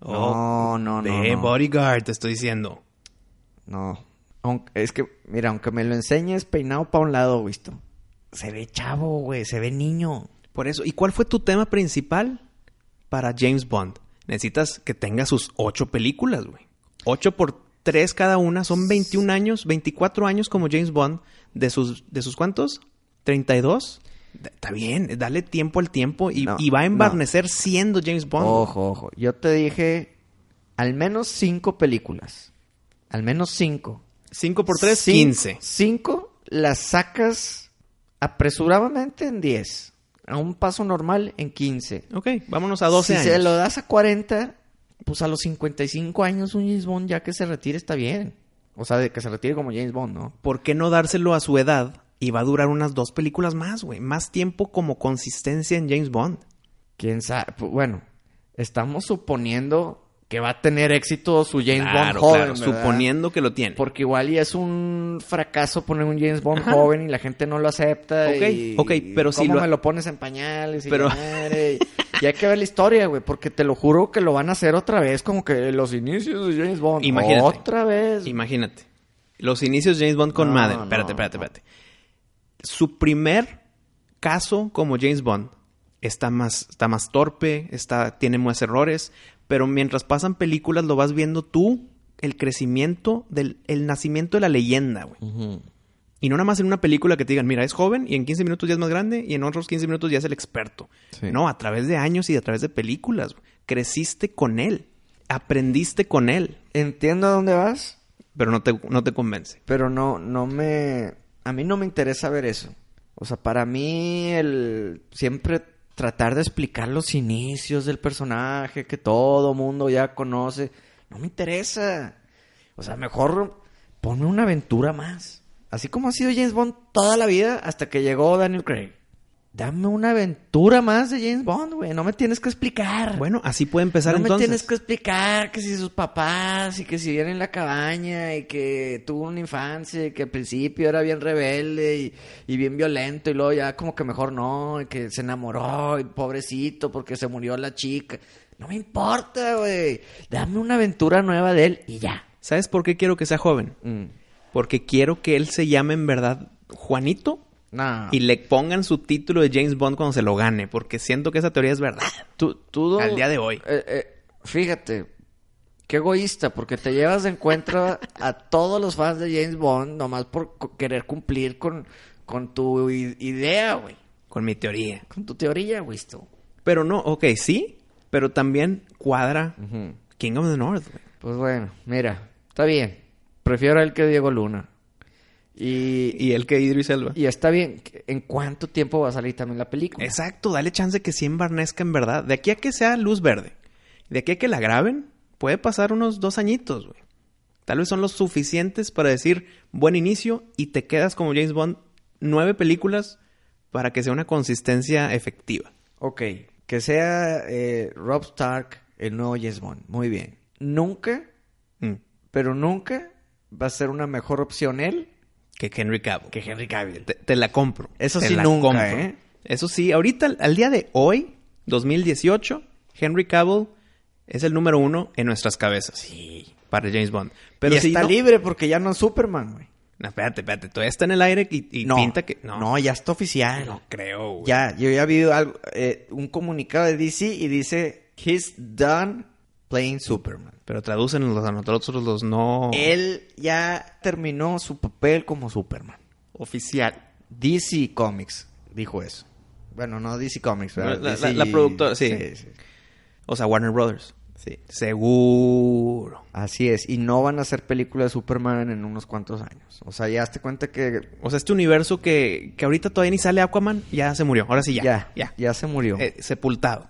S1: güey. No,
S3: Oh,
S1: no, no.
S3: De
S1: no.
S3: Bodyguard, te estoy diciendo.
S1: No. Aun- es que, mira, aunque me lo enseñes peinado para un lado, visto. Se ve chavo, güey. Se ve niño.
S3: Por eso. ¿Y cuál fue tu tema principal para James Bond? Necesitas que tenga sus ocho películas, güey. Ocho por tres cada una. Son 21 años, 24 años como James Bond. ¿De sus, de sus cuántos? ¿32? Da- Está bien. Dale tiempo al tiempo y,
S1: No,
S3: y va a
S1: no. Oh.
S3: embarnecer siendo James Bond.
S1: Ojo, ojo. Yo te dije al menos cinco películas. Al menos cinco.
S3: Cinco por tres,
S1: Cin-
S3: 15.
S1: Cinco las sacas apresuradamente en diez. A un paso normal en quince.
S3: Ok, vámonos a
S1: si
S3: 12 años.
S1: se lo das a 40, pues a los 55 años un James Bond ya que se retire está bien. O sea, de que se retire como James Bond, ¿no?
S3: ¿Por qué no dárselo a su edad? Y va a durar unas dos películas más, güey. Más tiempo como consistencia en James Bond.
S1: Quién sabe. Pues, bueno, estamos suponiendo que va a tener éxito su James Bond joven. ¿verdad?
S3: suponiendo que lo tiene.
S1: Porque igual y es un fracaso poner un James Bond joven y la gente no lo acepta.
S3: Ok,
S1: y-
S3: ok, pero
S1: y
S3: si
S1: cómo
S3: lo-
S1: me lo pones en pañales y
S3: Pero-
S1: la madre, y, y hay que ver la historia, güey, porque te lo juro que lo van a hacer otra vez, como que los inicios de James Bond.
S3: Imagínate.
S1: Otra vez.
S3: Imagínate. Los inicios de James Bond con
S1: No,
S3: Madden.
S1: no,
S3: Espérate, espérate,
S1: no.
S3: espérate. Su primer caso como James Bond está más, está más torpe, está, tiene más errores, pero mientras pasan películas lo vas viendo tú, el crecimiento, del, el nacimiento de la leyenda, güey. Y no nada más en una película que te digan, mira, es joven y en 15 minutos ya es más grande y en otros 15 minutos ya es el experto.
S1: Sí.
S3: No, a través de años y a través de películas. güey. Creciste con él, aprendiste con él,
S1: Entiendo a dónde vas,
S3: pero no te, no te convence.
S1: Pero no, no me... A mí no me interesa ver eso. O sea, para mí el... Siempre tratar de explicar los inicios del personaje que todo mundo ya conoce. No me interesa. O sea, mejor ponme una aventura más. Así como ha sido James Bond toda la vida hasta que llegó Daniel Craig. Dame una aventura más de James Bond, güey. No me tienes que explicar.
S3: Bueno, así puede empezar
S1: no
S3: entonces.
S1: me tienes que explicar que si sus papás y que si vienen en la cabaña y que tuvo una infancia y que al principio era bien rebelde y, y bien violento y luego ya como que mejor no y que se enamoró y pobrecito porque se murió la chica. No me importa, güey. Dame una aventura nueva de él y ya.
S3: ¿Sabes por qué quiero que sea joven? Porque quiero que él se llame en verdad Juanito
S1: No.
S3: y le pongan su título de James Bond cuando se lo gane, porque siento que esa teoría es verdad.
S1: tú, tú do-
S3: Al día de hoy.
S1: Eh, eh, fíjate, qué egoísta, porque te llevas de encuentro a todos los fans de James Bond nomás por co- querer cumplir con, con tu i- idea, güey.
S3: Con mi teoría.
S1: Con tu teoría, güey. tú.
S3: Pero no, ok, sí, pero también cuadra King of the North, güey.
S1: Pues bueno, mira, está bien. Prefiero a él que a Diego Luna. Y,
S3: Y el que Idris Elba.
S1: y está bien. ¿En cuánto tiempo va a salir también la película?
S3: Exacto, dale chance que sí embarnezca en verdad. De aquí a que sea luz verde, de aquí a que la graben, puede pasar unos dos añitos, güey. Tal vez son los suficientes para decir buen inicio y te quedas como James Bond nueve películas para que sea una consistencia efectiva.
S1: Ok, que sea eh, Rob Stark el nuevo James Bond. Muy bien. Nunca
S3: Mm.
S1: pero nunca va a ser una mejor opción él.
S3: Que Henry Cavill.
S1: Que Henry Cavill.
S3: Te, te la compro.
S1: Eso
S3: Te
S1: sí
S3: la
S1: nunca, ¿eh?
S3: Eso sí, ahorita, al- al día de hoy, 2018, Henry Cavill es el número uno en nuestras cabezas. Sí. Para James Bond. Pero
S1: Pero
S3: si
S1: está
S3: no-
S1: libre porque ya no es Superman, güey.
S3: No, espérate, espérate. Todavía está en el aire y, y
S1: No,
S3: pinta que...
S1: no,
S3: No,
S1: ya está oficial.
S3: no creo, güey.
S1: ya, yo ya vi algo, eh, un comunicado de DC y dice, he's done playing Superman.
S3: Pero traducen los a nosotros los no...
S1: Él ya terminó su papel como Superman.
S3: Oficial.
S1: DC Comics dijo eso. Bueno, no DC Comics,
S3: La-
S1: ¿verdad?
S3: la-
S1: DC
S3: la productora, sí. O sea, Warner Brothers. Sí. Seguro.
S1: Así es, y no van a hacer película de Superman en unos cuantos años. O sea, ya te cuenta que
S3: O sea, este universo que, que ahorita todavía ni sale Aquaman, ya se murió. Ahora sí, ya.
S1: ya,
S3: Ya.
S1: ya, se murió.
S3: Eh, sepultado.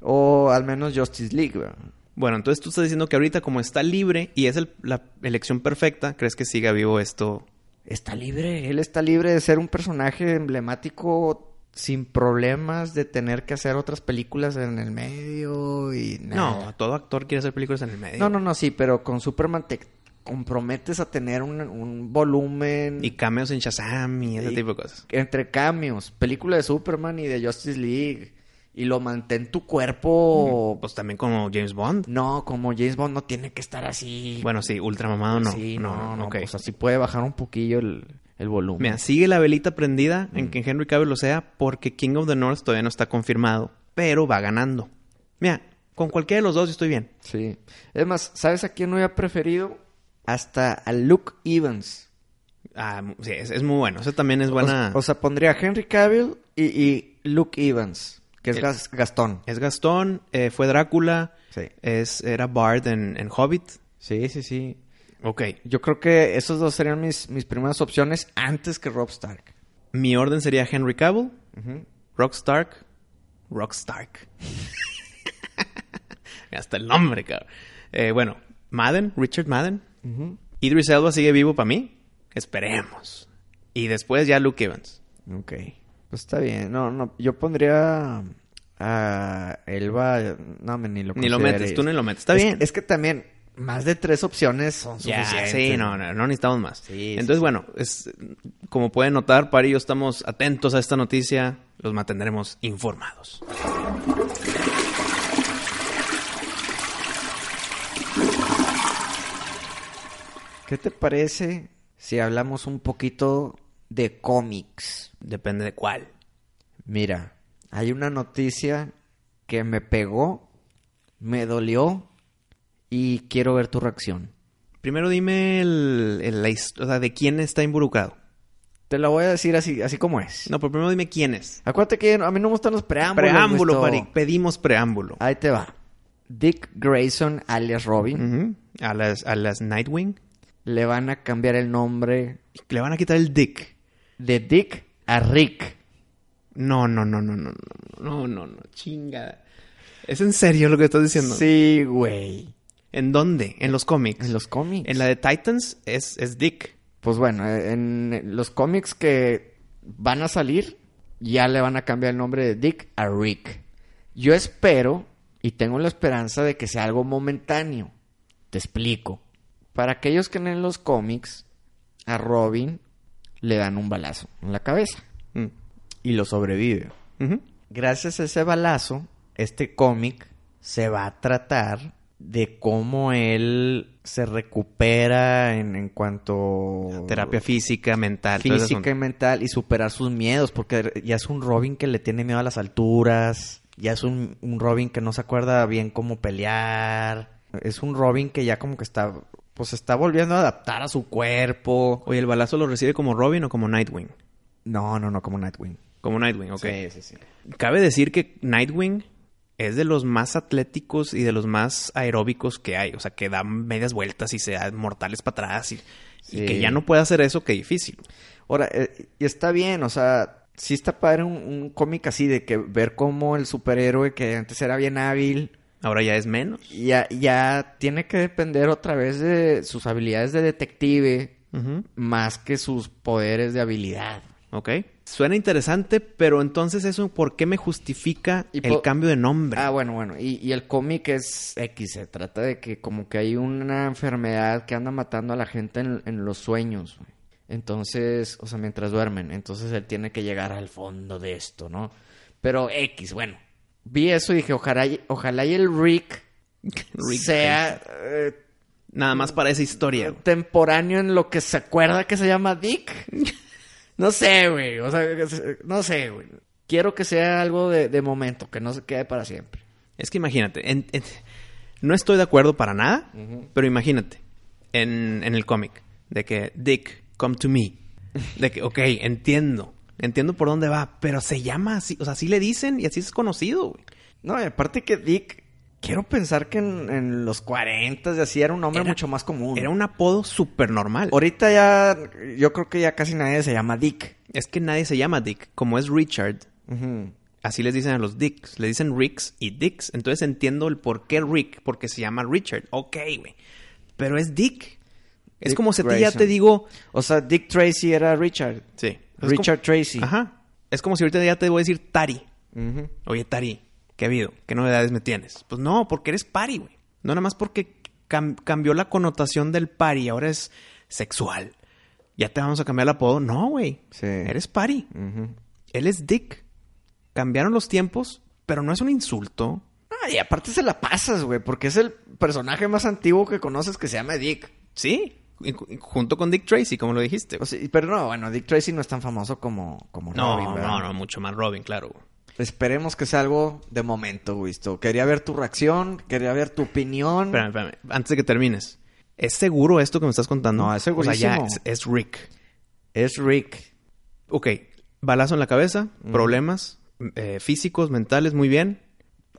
S1: O al menos Justice League, ¿verdad?
S3: Bueno, entonces tú estás diciendo que ahorita como está libre y es el- la elección perfecta, ¿crees que siga vivo esto?
S1: Está libre, él está libre de ser un personaje emblemático sin problemas de tener que hacer otras películas en el medio y nada.
S3: No, todo actor quiere hacer películas en el medio.
S1: No, no, no, sí, pero con Superman te comprometes a tener un, un volumen
S3: Y cameos en Shazam y ese
S1: Y-
S3: tipo de cosas.
S1: entre cambios, película de Superman y de Justice League y lo mantén tu cuerpo
S3: Pues también como James Bond.
S1: No, como James Bond no tiene que estar así.
S3: Bueno, sí, ultramamado no.
S1: sí,
S3: no, no, ok.
S1: pues así puede bajar un poquillo el, el volumen.
S3: Mira, sigue la velita prendida en que Henry Cavill lo sea porque King of the North todavía no está confirmado, pero va ganando. Mira, con cualquiera de los dos yo estoy bien.
S1: Sí. Es más, ¿sabes a quién no había preferido? Hasta a Luke Evans.
S3: Ah, mu- sí, es, es muy bueno. Eso también es buena.
S1: O, o sea, pondría a Henry Cavill y, y Luke Evans, que es
S3: El-
S1: Gas- Gastón.
S3: es Gastón, eh, fue Drácula,
S1: Sí.
S3: es, era Bard en, en Hobbit.
S1: Sí, sí, sí.
S3: Ok.
S1: Yo creo que esos dos serían mis, mis primeras opciones antes que Rob Stark.
S3: Mi orden sería Henry Cavill, Rock Stark, Rock Stark. [LAUGHS] Hasta el nombre, cabrón. Eh, bueno, Madden, Richard Madden. Idris Elba sigue vivo para mí. Esperemos. Y después ya Luke Evans.
S1: Ok. Pues está bien. No, no. Yo pondría a Elba. No, me ni lo
S3: Ni lo
S1: consideraría.
S3: metes, tú ni lo metes. Está
S1: Es-
S3: bien.
S1: Es que también más de tres opciones son
S3: Ya,
S1: suficientes.
S3: sí, no, no, no necesitamos más.
S1: Sí,
S3: Entonces, bueno, es, como pueden notar, Pari y yo estamos atentos a esta noticia. Los mantendremos informados.
S1: ¿Qué te parece si hablamos un poquito de cómics?
S3: Depende de cuál.
S1: Mira, hay una noticia que me pegó, me dolió y quiero ver tu reacción.
S3: Primero dime el, el- la his- o sea, de quién está involucrado.
S1: Te la voy a decir así, así como es.
S3: No, pero primero dime quién es.
S1: Acuérdate que a mí no me gustan los preámbulos.
S3: Preámbulo,
S1: güey,
S3: Pari.
S1: esto.
S3: Pedimos preámbulo.
S1: Ahí te va. Dick Grayson, alias Robin,
S3: Ujú. a, las, a las Nightwing.
S1: le van a cambiar el nombre
S3: Le van a quitar el dick.
S1: de Dick a Rick.
S3: No, no, no, no, no, no, no, no, no, chinga. ¿Es en serio lo que estás diciendo?
S1: Sí, güey.
S3: ¿En dónde? ¿En los cómics?
S1: En los cómics.
S3: En la de Titans es, es Dick.
S1: Pues bueno, eh, en los cómics que van a salir, ya le van a cambiar el nombre de Dick a Rick. Yo espero y tengo la esperanza de que sea algo momentáneo. Te explico. Para aquellos que leen los cómics, a Robin le dan un balazo en la cabeza.
S3: Mm.
S5: Y lo sobrevive.
S3: Ujú.
S5: Gracias a ese balazo, este cómic se va a tratar de cómo él se recupera en, en cuanto...
S1: Oh.
S3: Terapia física, mental. todo ese
S5: física y
S3: asunto.
S5: mental y superar sus miedos, porque ya es un Robin que le tiene miedo a las alturas, ya es un, un Robin que no se acuerda bien cómo pelear, es un Robin que ya como que está, pues se está volviendo a adaptar a su cuerpo.
S3: Oye, ¿el balazo lo recibe como Robin o como Nightwing?
S5: No, no, no, como Nightwing.
S3: Como Nightwing, ok.
S5: Sí, sí, sí.
S3: Cabe decir que Nightwing es de los más atléticos y de los más aeróbicos que hay. O sea, que da medias vueltas y se da mortales para atrás. Y, y
S1: Sí.
S3: que ya no puede hacer eso, que difícil.
S1: Ahora, eh, y está bien, o sea, sí está padre un, un cómic así de que ver cómo el superhéroe que antes era bien hábil
S3: Ahora ya es menos.
S1: ya, ya tiene que depender otra vez de sus habilidades de detective
S3: Ujú.
S1: más que sus poderes de habilidad.
S3: Ok. Suena interesante, pero entonces eso, ¿por qué me justifica
S1: Y
S3: el
S1: po-
S3: cambio de nombre?
S1: Ah, bueno, bueno. Y, y el cómic es X. Se trata de que como que hay una enfermedad que anda matando a la gente en, en los sueños. güey. Entonces, o sea, mientras duermen. Entonces él tiene que llegar al fondo de esto, ¿no? Pero X, bueno. Vi eso y dije, ojalá, y- ojalá y el Rick,
S3: [LAUGHS] Rick
S1: sea eh,
S3: Nada más para esa historia. güey.
S1: temporáneo en lo que se acuerda que se llama Dick. No sé, güey. O sea, no sé, güey. Quiero que sea algo de, de momento, que no se quede para siempre.
S3: Es que imagínate, en- en- no estoy de acuerdo para nada, pero imagínate, en, en el cómic, de que Dick, come to me. De que, ok, entiendo, entiendo por dónde va, pero se llama así, o sea, así le dicen y así es conocido, güey.
S5: No, y aparte que Dick, quiero pensar que en, en los 40 y así era un nombre
S3: Era-
S5: mucho más común.
S3: Era un apodo súper normal.
S5: Ahorita ya, yo creo que ya casi nadie se llama Dick.
S3: Es que nadie se llama Dick, como es Richard, así les dicen a los Dicks, le dicen Ricks y Dicks, entonces entiendo el por qué Rick, porque se llama Richard, ok, güey, pero es Dick. Es
S5: Dick
S3: como si a ti ya
S5: Grayson.
S3: te digo,
S5: O sea, Dick Tracy era Richard.
S3: Sí.
S5: Richard
S3: como-
S5: Tracy.
S3: Ajá. Es como si ahorita ya te voy a decir Tari. Oye, Tari, ¿qué ha habido? ¿Qué novedades me tienes? Pues no, porque eres pari, güey. No nada más porque cam- cambió la connotación del pari, ahora es sexual. Ya te vamos a cambiar el apodo. No, güey.
S5: Sí.
S3: Eres pari. Él es Dick. Cambiaron los tiempos, pero no es un insulto.
S1: Ah, y aparte se la pasas, güey, porque es el personaje más antiguo que conoces que se llama Dick.
S3: Sí. Y ju- y junto con Dick Tracy, como lo dijiste.
S1: O sea, y- pero no, bueno, Dick Tracy no es tan famoso como, como
S3: no,
S1: Robin, ¿verdad?
S3: no, no, mucho más Robin, claro. güey.
S1: Esperemos que sea algo de momento, güey. esto. Quería ver tu reacción, quería ver tu opinión.
S3: Espérame, espérame. Antes de que termines. ¿Es seguro esto que me estás contando?
S5: No, es
S3: O sea, ya
S5: segurísimo.
S3: es, es Rick.
S5: Es Rick.
S3: Ok. Balazo en la cabeza, problemas eh, físicos, mentales, muy bien.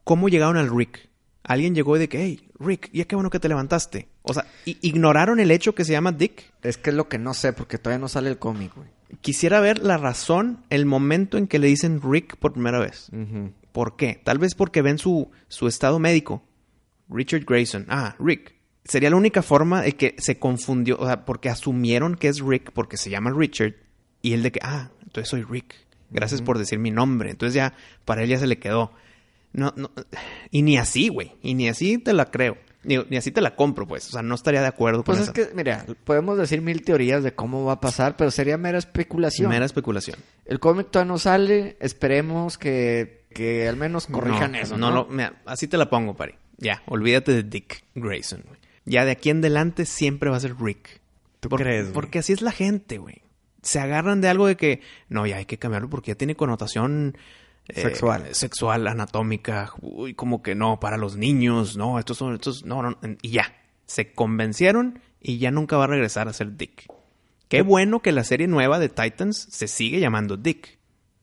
S3: ¿Cómo llegaron al Rick? Alguien llegó y de que, hey, Rick, ya qué bueno que te levantaste. O sea, i- ignoraron el hecho que se llama Dick.
S1: Es que es lo que no sé, porque todavía no sale el cómic, güey.
S3: Quisiera ver la razón, el momento en que le dicen Rick por primera vez. ¿Por qué? Tal vez porque ven su, su estado médico. Richard Grayson. Ah, Rick. Sería la única forma de que se confundió, o sea, porque asumieron que es Rick porque se llama Richard. Y él de que, ah, entonces soy Rick. Gracias por decir mi nombre. Entonces ya, para él ya se le quedó. No, no. Y ni así, güey. Y ni así te la creo. Ni, ni así te la compro, pues. O sea, no estaría de acuerdo con
S1: Pues es
S3: esa
S1: que, mira, podemos decir mil teorías de cómo va a pasar, pero sería mera especulación.
S3: mera especulación.
S1: El cómic todavía no sale, esperemos que, que al menos corrijan
S3: No,
S1: eso,
S3: No,
S1: ¿no?
S3: lo- mira, así te la pongo, Pari. Ya, olvídate de Dick Grayson, güey. Ya de aquí en adelante siempre va a ser Rick.
S5: ¿Tú
S3: Por-
S5: crees, güey?
S3: Porque así es la gente, güey. Se agarran de algo de que, no, ya hay que cambiarlo porque ya tiene connotación... eh,
S5: Sexual.
S3: Sexual, anatómica, uy, como que no, para los niños, no, estos son, estos, no, no, no, y ya. Se convencieron y ya nunca va a regresar a ser Dick. Qué bueno que la serie nueva de Titans se sigue llamando Dick.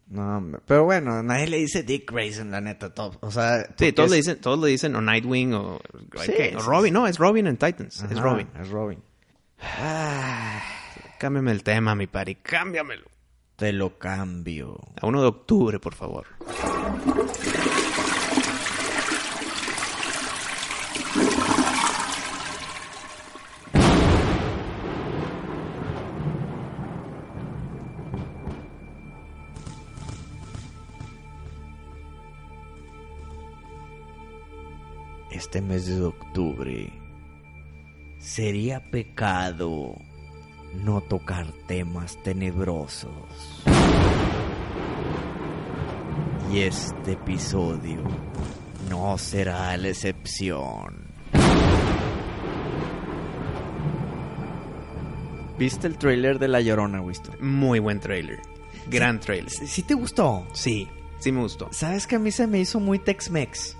S1: No, hombre.
S5: Pero bueno, nadie le dice Dick Grayson, la neta, top. O sea,
S3: Sí,
S5: porque
S3: todos le
S5: es-
S3: dicen, todos le dicen o Nightwing o,
S1: Sí,
S3: ¿qué? O
S1: sí,
S3: Robin, no, es Robin en Titans, es
S5: Ajá, Ah.
S3: Robin.
S5: Es Robin.
S3: Cámbiame el tema, mi pari, cámbiamelo.
S5: Te lo cambio.
S3: A 1 de octubre, por favor.
S5: este mes de octubre, sería pecado no tocar temas tenebrosos. Y este episodio no será la excepción.
S1: ¿Viste el trailer de La Llorona, Wisto?
S3: Muy buen trailer. Gran trailer.
S5: ¿Sí te gustó?
S3: Sí, sí me gustó.
S5: ¿Sabes que a mí se me hizo muy Tex-Mex?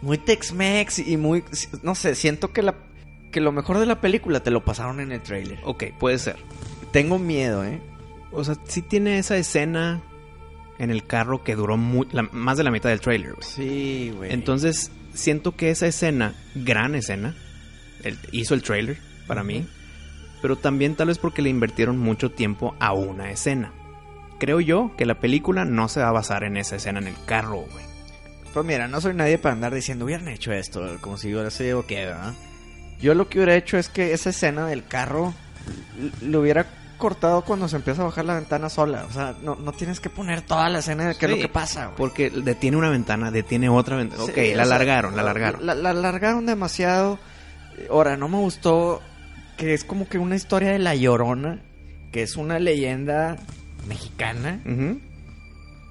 S1: Muy Tex-Mex y muy... No sé, siento que, la, que lo mejor de la película te lo pasaron en el trailer.
S3: Ok, puede ser.
S1: Tengo miedo, ¿eh?
S3: O sea, sí tiene esa escena en el carro que duró mu- la- más de la mitad del trailer. güey.
S1: Sí, güey.
S3: Entonces, siento que esa escena, gran escena, el- hizo el trailer para mí, pero también tal vez porque le invirtieron mucho tiempo a una escena. Creo yo que la película no se va a basar en esa escena en el carro, güey.
S1: Pues mira, no soy nadie para andar diciendo, hubieran hecho esto, como si hubiera sido que, ¿verdad? Yo lo que hubiera hecho es que esa escena del carro l- lo hubiera cortado cuando se empieza a bajar la ventana sola. O sea, no, no tienes que poner toda la escena de qué es
S3: Sí,
S1: lo que pasa, güey.
S3: Porque detiene una ventana, detiene otra ventana.
S1: Sí,
S3: ok,
S1: o
S3: la
S1: sea,
S3: alargaron, la alargaron.
S1: La, la alargaron demasiado. Eh, Ahora, no me gustó que es como que una historia de La Llorona, que es una leyenda mexicana,
S3: Ujú.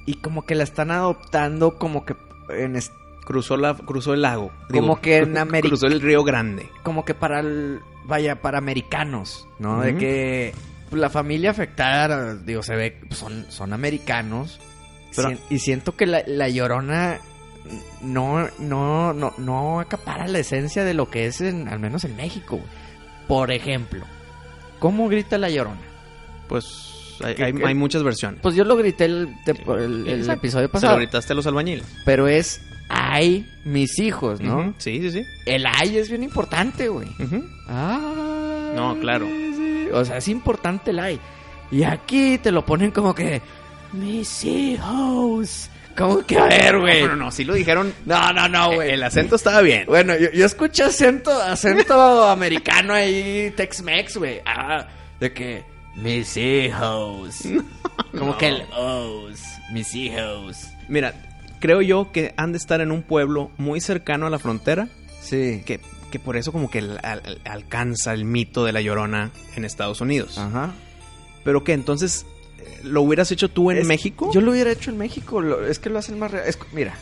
S1: y como que la están adoptando como que en est-
S3: cruzó, la, cruzó el lago.
S1: Como que en América-
S3: [LAUGHS] Cruzó el río Grande.
S1: como que para el, vaya, para americanos, ¿no? De
S3: Ujú.
S1: que pues, la familia afectada, digo, se ve, pues, son, son americanos.
S3: Pero-
S1: Sien- y siento que la, la llorona no, no, no, no acapara la esencia de lo que es, en, al menos en México. güey. Por ejemplo, ¿cómo grita la llorona?
S3: Pues hay,
S1: Que-
S3: hay-
S1: que-
S3: hay muchas versiones.
S1: Pues yo lo grité el, te- el- el
S3: Exacto.
S1: episodio
S3: Se lo
S1: pasado,
S3: gritaste a los albañiles.
S1: pero es, ay, mis hijos, ¿no?
S3: Ujú, Sí, sí, sí.
S1: El ay es bien importante, güey.
S3: Ujú.
S1: Ah.
S3: No, claro.
S1: sí. O sea, es importante el ay. Y aquí te lo ponen como que. Mis hijos. Como que a ver, güey.
S3: No, Ah, no, no, sí lo dijeron.
S1: No, no, no, güey.
S3: Pues, El acento estaba bien.
S1: Bueno, yo, yo escuché acento, acento [LAUGHS] americano ahí, Tex-Mex, güey. Ah, de que. Mis hijos. Como que el os. Mis hijos.
S3: Mira, creo yo que han de estar en un pueblo muy cercano a la frontera,
S1: Sí.
S3: que, que por eso como que al- al- alcanza el mito de la llorona en Estados Unidos.
S1: Ajá.
S3: Pero que entonces, eh, ¿lo hubieras hecho tú en
S1: Es-
S3: México?
S1: Yo lo hubiera hecho en México. lo- es que lo hacen más real. es- mira,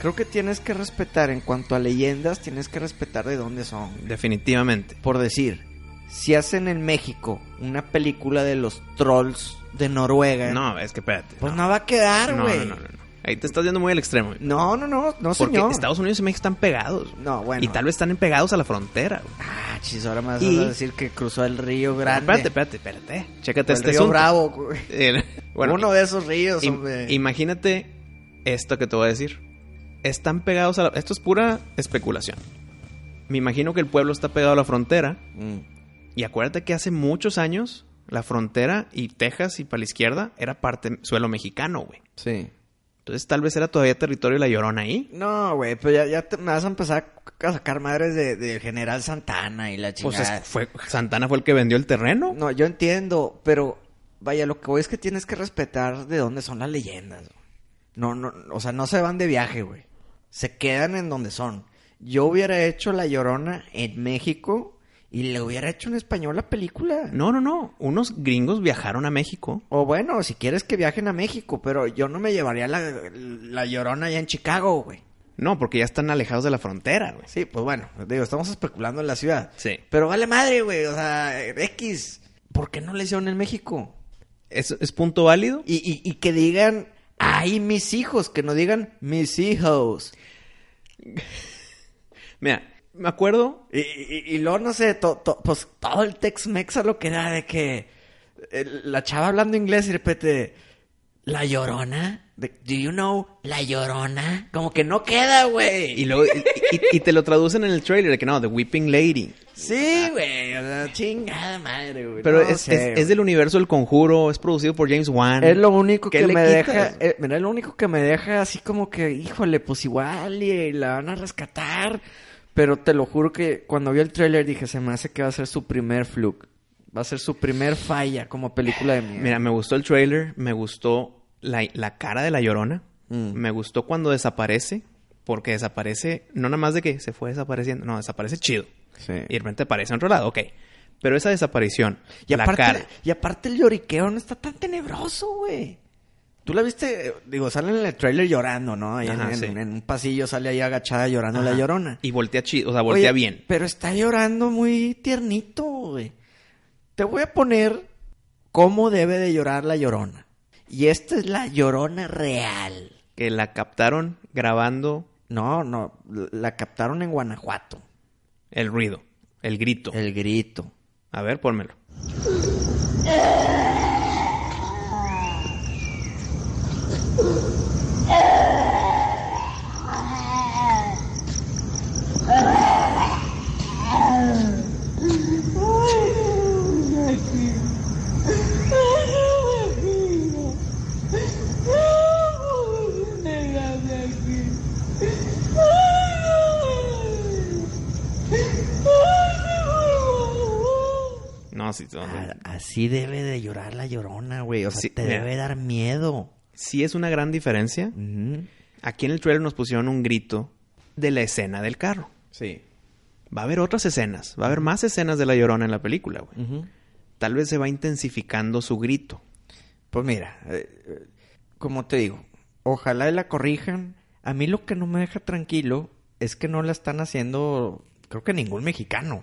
S1: creo que tienes que respetar, en cuanto a leyendas, tienes que respetar de dónde son.
S3: Definitivamente.
S1: Por decir, si hacen en México una película de los trolls de Noruega,
S3: No, es que espérate.
S1: Eh, pues no,
S3: no,
S1: va a quedar,
S3: no,
S1: güey.
S3: no, no, no, no. Ahí te estás yendo muy al extremo.
S1: No, no, no, no,
S3: Porque
S1: señor.
S3: Estados Unidos y México están pegados.
S1: No, bueno.
S3: Y tal vez están pegados a la frontera. güey.
S1: Ah, chis, ahora me vas
S3: Y-
S1: a decir que cruzó el río Grande.
S3: Espérate, espérate, espérate. Chécate
S1: o el
S3: este
S1: río
S3: asunto.
S1: Bravo, güey.
S3: [LAUGHS] El- bueno,
S1: Uno de esos ríos,
S3: im-
S1: hombre.
S3: imagínate esto que te voy a decir. Están pegados a la... Esto es pura especulación. Me imagino que el pueblo está pegado a la frontera.
S1: Mm.
S3: Y acuérdate que hace muchos años la frontera y Texas y para la izquierda era parte suelo mexicano, güey.
S1: Sí.
S3: Entonces tal vez era todavía territorio de la llorona ahí.
S1: No, güey, pero ya, ya te, me vas a empezar a sacar madres de, de General Santana y la
S3: Pues
S1: chingada.
S3: es- fue, Santana fue el que vendió el terreno.
S1: No, yo entiendo, pero vaya, lo que voy es que tienes que respetar de dónde son las leyendas. güey. No, no, o sea, no se van de viaje, güey. Se quedan en donde son. Yo hubiera hecho La Llorona en México y le hubiera hecho en español la película.
S3: No, no, no. Unos gringos viajaron a México.
S1: O bueno, si quieres que viajen a México, pero yo no me llevaría la, la Llorona allá en Chicago, güey.
S3: No, porque ya están alejados de la frontera, güey.
S1: Sí, pues bueno, digo, estamos especulando en la ciudad.
S3: Sí.
S1: Pero vale madre, güey, o sea, X, ¿por qué no le hicieron en México?
S3: ¿Es, es punto válido?
S1: Y, y- y que digan, ay, mis hijos, que no digan mis hijos.
S3: Mira, me acuerdo
S1: Y, y- y luego, no sé, to- to- pues todo el Tex-Mex a lo que da de que eh, la chava hablando inglés y de repente, la llorona, de- do you know, la llorona, como que no queda, güey.
S3: Y luego y, y- y te lo traducen en el trailer de que no, The Weeping Lady.
S1: Sí, güey, o sea, chingada madre, güey.
S3: Pero
S1: no
S3: es,
S1: sé,
S3: es-
S1: güey.
S3: es del universo El Conjuro, es producido por James Wan.
S1: Es lo único
S3: ¿Qué
S1: que
S3: le
S1: me
S3: quitas?
S1: deja. eh, mira, es lo único que me deja así como que, híjole, pues igual y, y la van a rescatar. Pero te lo juro que cuando vi el tráiler dije, se me hace que va a ser su primer fluke. Va a ser su primer falla como película de mierda.
S3: Mira, me gustó el trailer, me gustó la, la cara de la llorona,
S1: Mm.
S3: me gustó cuando desaparece. Porque desaparece, no nada más de que se fue desapareciendo, no, desaparece chido.
S1: Sí.
S3: Y de repente aparece en otro lado, ok. Pero esa desaparición,
S1: Y
S3: la
S1: aparte,
S3: cara,
S1: y aparte el lloriqueo no está tan tenebroso, güey. Tú la viste, eh, digo, sale en el trailer llorando, ¿no? Ahí en-
S3: Ajá,
S1: en,
S3: sí.
S1: en un pasillo sale ahí agachada llorando la
S3: Ajá.
S1: llorona.
S3: y voltea chido, o sea, voltea
S1: Oye,
S3: bien.
S1: Pero está llorando muy tiernito, güey. Te voy a poner cómo debe de llorar la llorona. Y esta es la llorona real.
S3: Que la captaron grabando
S1: No, no, la captaron en Guanajuato.
S3: el ruido, el grito.
S1: El grito.
S3: A ver, pónmelo. No, sí, no, no.
S1: A- Así debe de llorar la llorona, güey. O sea,
S3: Sí,
S1: te
S3: mira.
S1: debe dar miedo.
S3: sí es una gran diferencia.
S1: Ujú.
S3: Aquí en el trailer nos pusieron un grito de la escena del carro.
S5: Sí.
S3: Va a haber otras escenas, va a haber más escenas de la llorona en la película, güey. Tal vez se va intensificando su grito.
S1: Pues mira, eh, eh, como te digo, ojalá y la corrijan. A mí lo que no me deja tranquilo es que no la están haciendo, creo que ningún mexicano.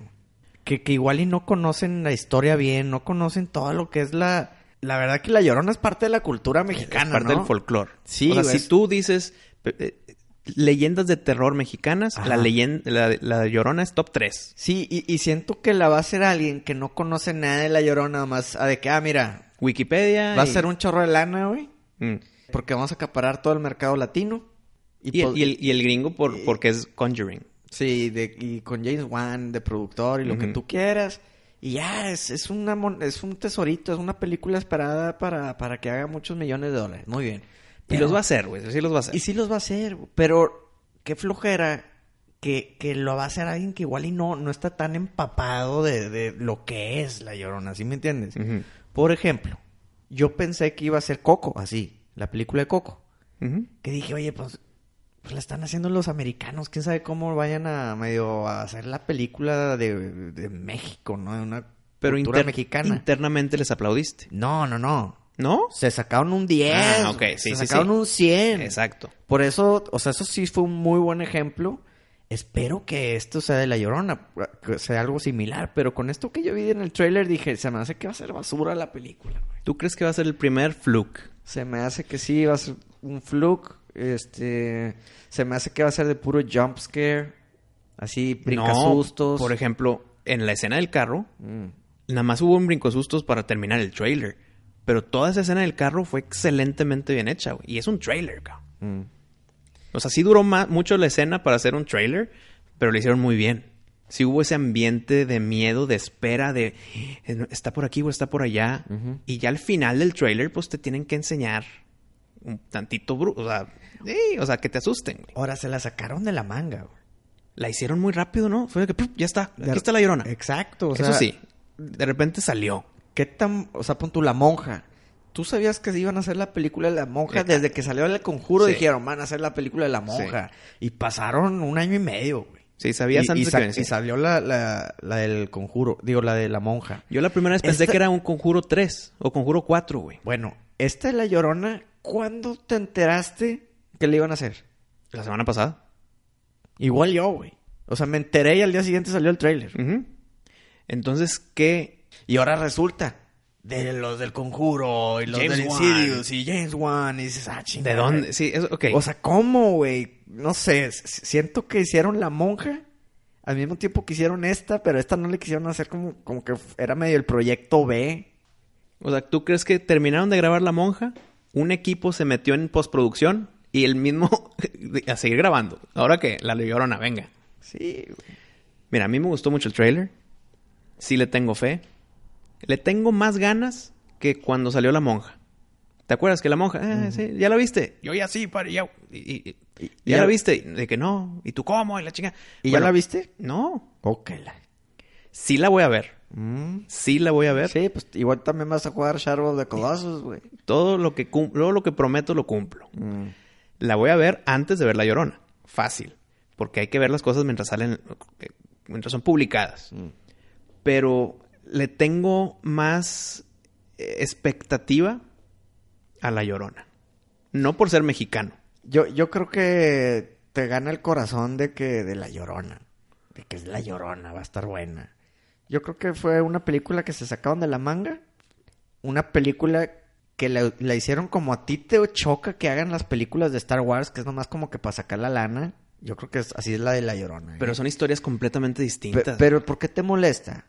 S1: Que, que igual y no conocen la historia bien, no conocen todo lo que es la... La verdad que La Llorona es parte de la cultura mexicana,
S3: es parte
S1: ¿no?
S3: del folclore.
S1: Sí,
S3: o sea,
S1: güey,
S3: si
S1: es-
S3: tú dices eh, eh, leyendas de terror mexicanas,
S1: Ajá.
S3: la, leyen- la, la llorona es top 3.
S1: Sí, y, y siento que la va a hacer alguien que no conoce nada de La Llorona, nada más a de que, ah, mira,
S3: Wikipedia.
S1: va a
S3: y-
S1: ser un chorro de lana, güey,
S3: Mm.
S1: porque vamos a acaparar todo el mercado latino.
S3: Y,
S1: pues-
S3: el, y el- y el gringo por, porque es Conjuring.
S1: Sí, de, y con James Wan de productor y lo que
S3: Ujú.
S1: tú quieras. Y ya, es, es, una, mon- es un tesorito, es una película esperada para, para que haga muchos millones de dólares. Muy bien.
S3: Y los va a hacer, güey. Sí los va a hacer.
S1: Y sí los va a hacer, pero qué flojera que, que lo va a hacer alguien que igual y no, no está tan empapado de, de lo que es La Llorona, ¿sí me entiendes?
S3: Ujú.
S1: Por ejemplo, yo pensé que iba a ser Coco, así, la película de Coco
S3: Ujú.
S1: que dije, oye, pues, pues la están haciendo los americanos, quién sabe cómo vayan a medio a hacer la película de, de México, ¿no? De una
S3: Pero
S1: cultura
S3: inter-
S1: mexicana.
S3: internamente les aplaudiste.
S1: No, no, no.
S3: ¿No?
S1: Se sacaron un 10.
S3: Ah, ok, sí,
S1: se
S3: sí,
S1: sacaron
S3: sí.
S1: un 100.
S3: Exacto.
S1: Por eso, o sea, eso sí fue un muy buen ejemplo. Espero que esto sea de La Llorona, que sea algo similar, pero con esto que yo vi en el tráiler dije, se me hace que va a ser basura la película. güey.
S3: ¿Tú crees que va a ser el primer fluke?
S1: Se me hace que sí, va a ser un fluke. Este, se me hace que va a ser de puro jump scare. Así, brincasustos.
S3: Por ejemplo, en la escena del carro,
S1: Mm.
S3: nada más hubo un brincosustos para terminar el trailer. Pero toda esa escena del carro fue excelentemente bien hecha, güey. Y es un trailer, cabrón.
S1: mm.
S3: O sea, sí duró ma- mucho la escena para hacer un trailer, pero lo hicieron muy bien. Sí hubo ese ambiente de miedo, de espera, de "Eh, está por aquí o está por allá. Y ya al final del trailer, pues te tienen que enseñar un tantito, bru- o sea, sí, o sea, que te asusten, güey.
S1: Ahora se la sacaron de la manga. güey.
S3: La hicieron muy rápido, ¿no? Fue de eh, que "Puf, ya está, aquí está la llorona.
S1: Exacto. O
S3: Eso
S1: sea,
S3: sí, de repente salió.
S1: ¿Qué tan, o sea, pon tú la monja? ¿Tú sabías que iban a hacer la película de la monja?
S3: Exacto.
S1: Desde que salió el conjuro
S3: Sí.
S1: dijeron, van a hacer la película de la monja. Y pasaron un año y medio, güey.
S3: Sí, sabías
S1: y,
S3: antes
S1: y
S3: de
S1: sa-
S3: que venía.
S1: y salió la, la, la del conjuro, digo, la de la monja.
S3: Yo la primera vez pensé
S1: Esta-
S3: que era un conjuro 3 o conjuro 4, güey.
S1: Bueno, esta es la llorona. ¿Cuándo te enteraste que le iban a hacer?
S3: La semana pasada.
S1: Igual yo, güey. O sea, me enteré y al día siguiente salió el tráiler.
S3: Ujú. Entonces, ¿qué
S1: Y ahora resulta. De los del conjuro y los
S3: James
S1: del
S3: Wan.
S1: Insidious y James Wan. Y dices, ah,
S3: ¿De
S1: chingada.
S3: dónde? Sí, eso, ok.
S1: O sea, ¿cómo, güey? No sé. s- Siento que hicieron la monja al mismo tiempo que hicieron esta, pero esta no le quisieron hacer como, como que f- era medio el proyecto B.
S3: O sea, ¿tú crees que terminaron de grabar La Monja? Un equipo se metió en postproducción y el mismo [LAUGHS] a seguir grabando. Ahora que la llorona, venga.
S1: Sí, güey.
S3: Mira, a mí me gustó mucho el trailer. Sí le tengo fe. Le tengo más ganas que cuando salió La Monja. ¿Te acuerdas que La Monja? Eh, sí, ¿ya la viste? Yo ya sí, para, ya. Y, y- y- ¿Ya
S1: ya-
S3: la viste? De que no. ¿Y tú cómo? Y la chinga.
S1: ¿Y
S3: Bueno,
S1: ya la viste?
S3: No.
S1: Ok, la.
S3: Sí la voy a ver.
S1: Mm.
S3: Sí la voy a ver.
S1: Sí, pues igual también vas a jugar Shadow of the Colossus, güey. Mm.
S3: Todo lo que, cum- todo lo que prometo lo cumplo. La voy a ver antes de ver La Llorona. Fácil. Porque hay que ver las cosas mientras salen, eh, mientras son publicadas.
S1: Mm.
S3: Pero le tengo más eh, expectativa a La Llorona. No por ser mexicano.
S1: Yo, yo creo que te gana el corazón de que de la llorona. De que es la llorona, va a estar buena. Yo creo que fue una película que se sacaron de la manga. Una película que la, la hicieron como a ti te choca que hagan las películas de Star Wars, que es nomás como que para sacar la lana. Yo creo que es- así es la de la llorona. ¿eh?
S3: Pero son historias completamente
S1: Pe-
S3: distintas.
S1: pero ¿por qué te molesta?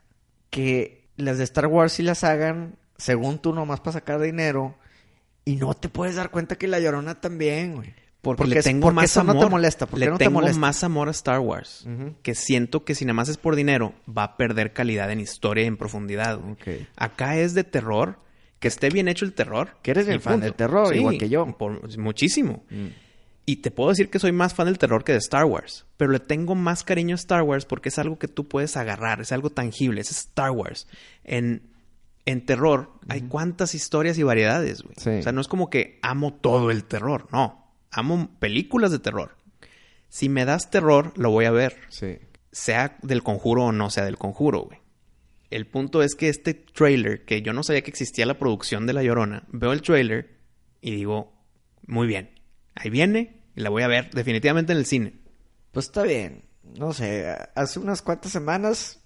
S1: Que las de Star Wars sí las hagan, según tú, nomás para sacar dinero. Y no te puedes dar cuenta que la llorona también, güey.
S3: Porque,
S1: Porque
S3: le
S1: es-
S3: tengo
S1: porque
S3: más
S1: eso no
S3: amor.
S1: te molesta, porque
S3: le
S1: no te
S3: tengo
S1: molesta.
S3: más amor a Star Wars. Que siento que si nada más es por dinero, va a perder calidad en historia y en profundidad.
S1: Ok.
S3: Acá es de terror. Que esté bien hecho el terror.
S1: Que eres bien
S3: y
S1: fan
S3: punto.
S1: del terror,
S3: Sí,
S1: igual que yo.
S3: por- muchísimo. Y te puedo decir que soy más fan del terror que de Star Wars. Pero le tengo más cariño a Star Wars porque es algo que tú puedes agarrar. Es algo tangible. Es Star Wars. En, en terror hay cuántas historias y variedades, güey.
S1: Sí.
S3: O sea, no es como que amo todo el terror. No. Amo películas de terror. Si me das terror, lo voy a ver.
S1: Sí.
S3: Sea del conjuro o no sea del conjuro, güey. El punto es que este trailer, que yo no sabía que existía la producción de La Llorona, veo el trailer y digo, muy bien, ahí viene y la voy a ver definitivamente en el cine.
S1: Pues está bien. No sé, hace unas cuantas semanas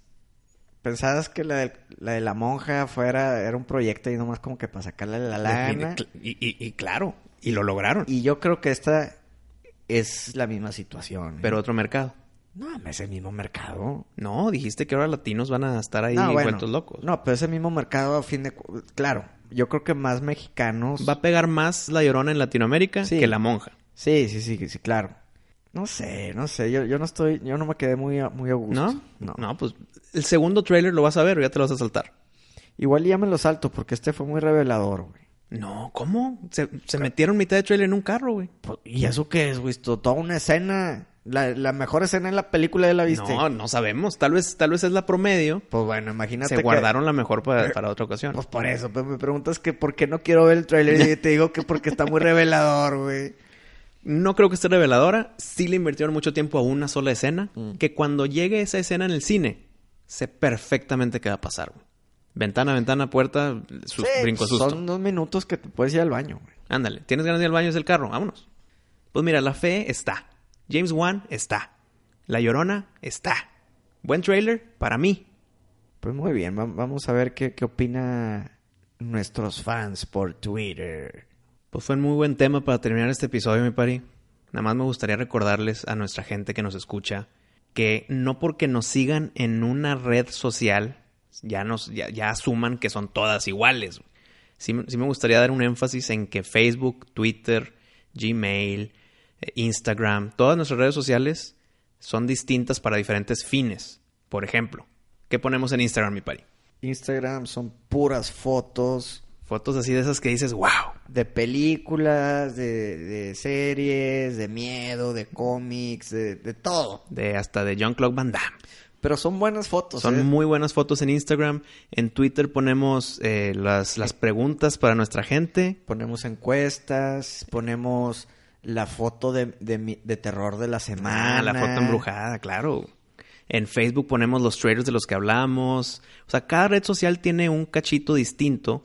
S1: pensabas que la de la, de la monja fuera era un proyecto y nomás como que para sacarle la lana.
S3: Defini- Y, y- y claro, y lo lograron,
S1: Y yo creo que esta es la misma situación. ¿eh?
S3: pero otro mercado.
S1: no, es el mismo mercado.
S3: No, dijiste que ahora latinos van a estar ahí
S1: no, bueno,
S3: vueltos locos.
S1: No, pero ese mismo mercado a fin de... cu- Claro, yo creo que más mexicanos...
S3: Va a pegar más La Llorona en Latinoamérica
S1: Sí.
S3: que La Monja.
S1: Sí, sí, sí, sí, claro. No sé, no sé, yo, yo no estoy... Yo no me quedé muy, a- muy a gusto.
S3: ¿No? ¿No? pues el segundo trailer lo vas a ver o ya te lo vas a saltar.
S1: Igual ya me lo salto porque este fue muy revelador, güey.
S3: No, ¿cómo? Se, se metieron mitad de trailer en un carro, güey.
S1: Pues, ¿Y eso qué es, güey? Esto, Toda una escena. La, la mejor escena en la película de la viste.
S3: No, no sabemos. Tal vez, tal vez es la promedio.
S1: Pues bueno, imagínate
S3: Se
S1: que-
S3: guardaron la mejor para, para otra ocasión.
S1: Pues por eso, pues me preguntas que por qué no quiero ver el tráiler y te digo que porque está muy revelador, güey.
S3: No creo que esté reveladora. Sí le invirtieron mucho tiempo a una sola escena.
S1: Mm.
S3: Que cuando llegue esa escena en el cine, sé perfectamente qué va a pasar. güey. Ventana, ventana, puerta, sus,
S1: Sí,
S3: brinco susto.
S1: Son dos minutos que te puedes ir al baño, güey.
S3: Ándale, ¿tienes ganas de ir al baño? Es el carro, vámonos. Pues mira, la fe está. James Wan está. La Llorona está. Buen trailer para mí.
S1: Pues muy bien, va- vamos a ver qué, qué opina nuestros fans por Twitter.
S3: Pues fue un muy buen tema para terminar este episodio, mi pari. Nada más me gustaría recordarles a nuestra gente que nos escucha que no porque nos sigan en una red social ya nos ya, ya asuman que son todas iguales. Sí, sí me gustaría dar un énfasis en que Facebook, Twitter, Gmail, eh, Instagram, todas nuestras redes sociales son distintas para diferentes fines. Por ejemplo, ¿qué ponemos en Instagram, mi pari?
S1: Instagram son puras fotos
S3: Fotos así de esas que dices, wow,
S1: de películas, de, de series, de miedo, de cómics, de, de todo.
S3: de hasta de Jean-Claude Van Damme.
S1: Pero son buenas fotos.
S3: Son
S1: ¿eh?
S3: muy buenas fotos en Instagram. En Twitter ponemos eh, las, las preguntas para nuestra gente.
S1: Ponemos encuestas, ponemos la foto de, de, mi- de terror de la semana.
S3: Ah, la foto embrujada, claro. En Facebook ponemos los trailers de los que hablamos. O sea, cada red social tiene un cachito distinto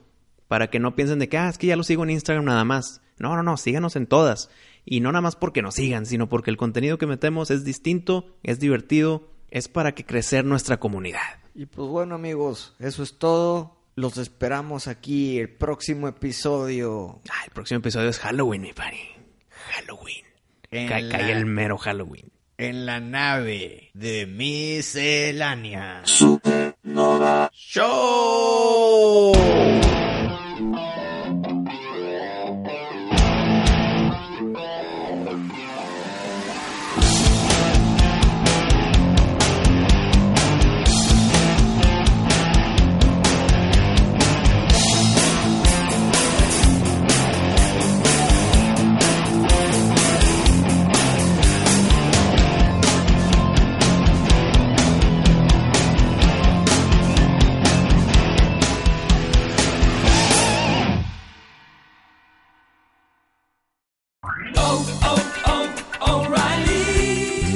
S3: para que no piensen de que, ah, es que ya lo sigo en Instagram nada más. No, no, no, síganos en todas. Y no nada más porque nos sigan, sino porque el contenido que metemos es distinto, es divertido, es para que crecer nuestra comunidad.
S1: Y pues bueno, amigos, eso es todo. Los esperamos aquí el próximo episodio.
S3: Ah, el próximo episodio es Halloween, mi pari. Halloween.
S1: En
S3: Ca-
S1: la-
S3: Cae el mero Halloween.
S1: En la nave de miscelánea.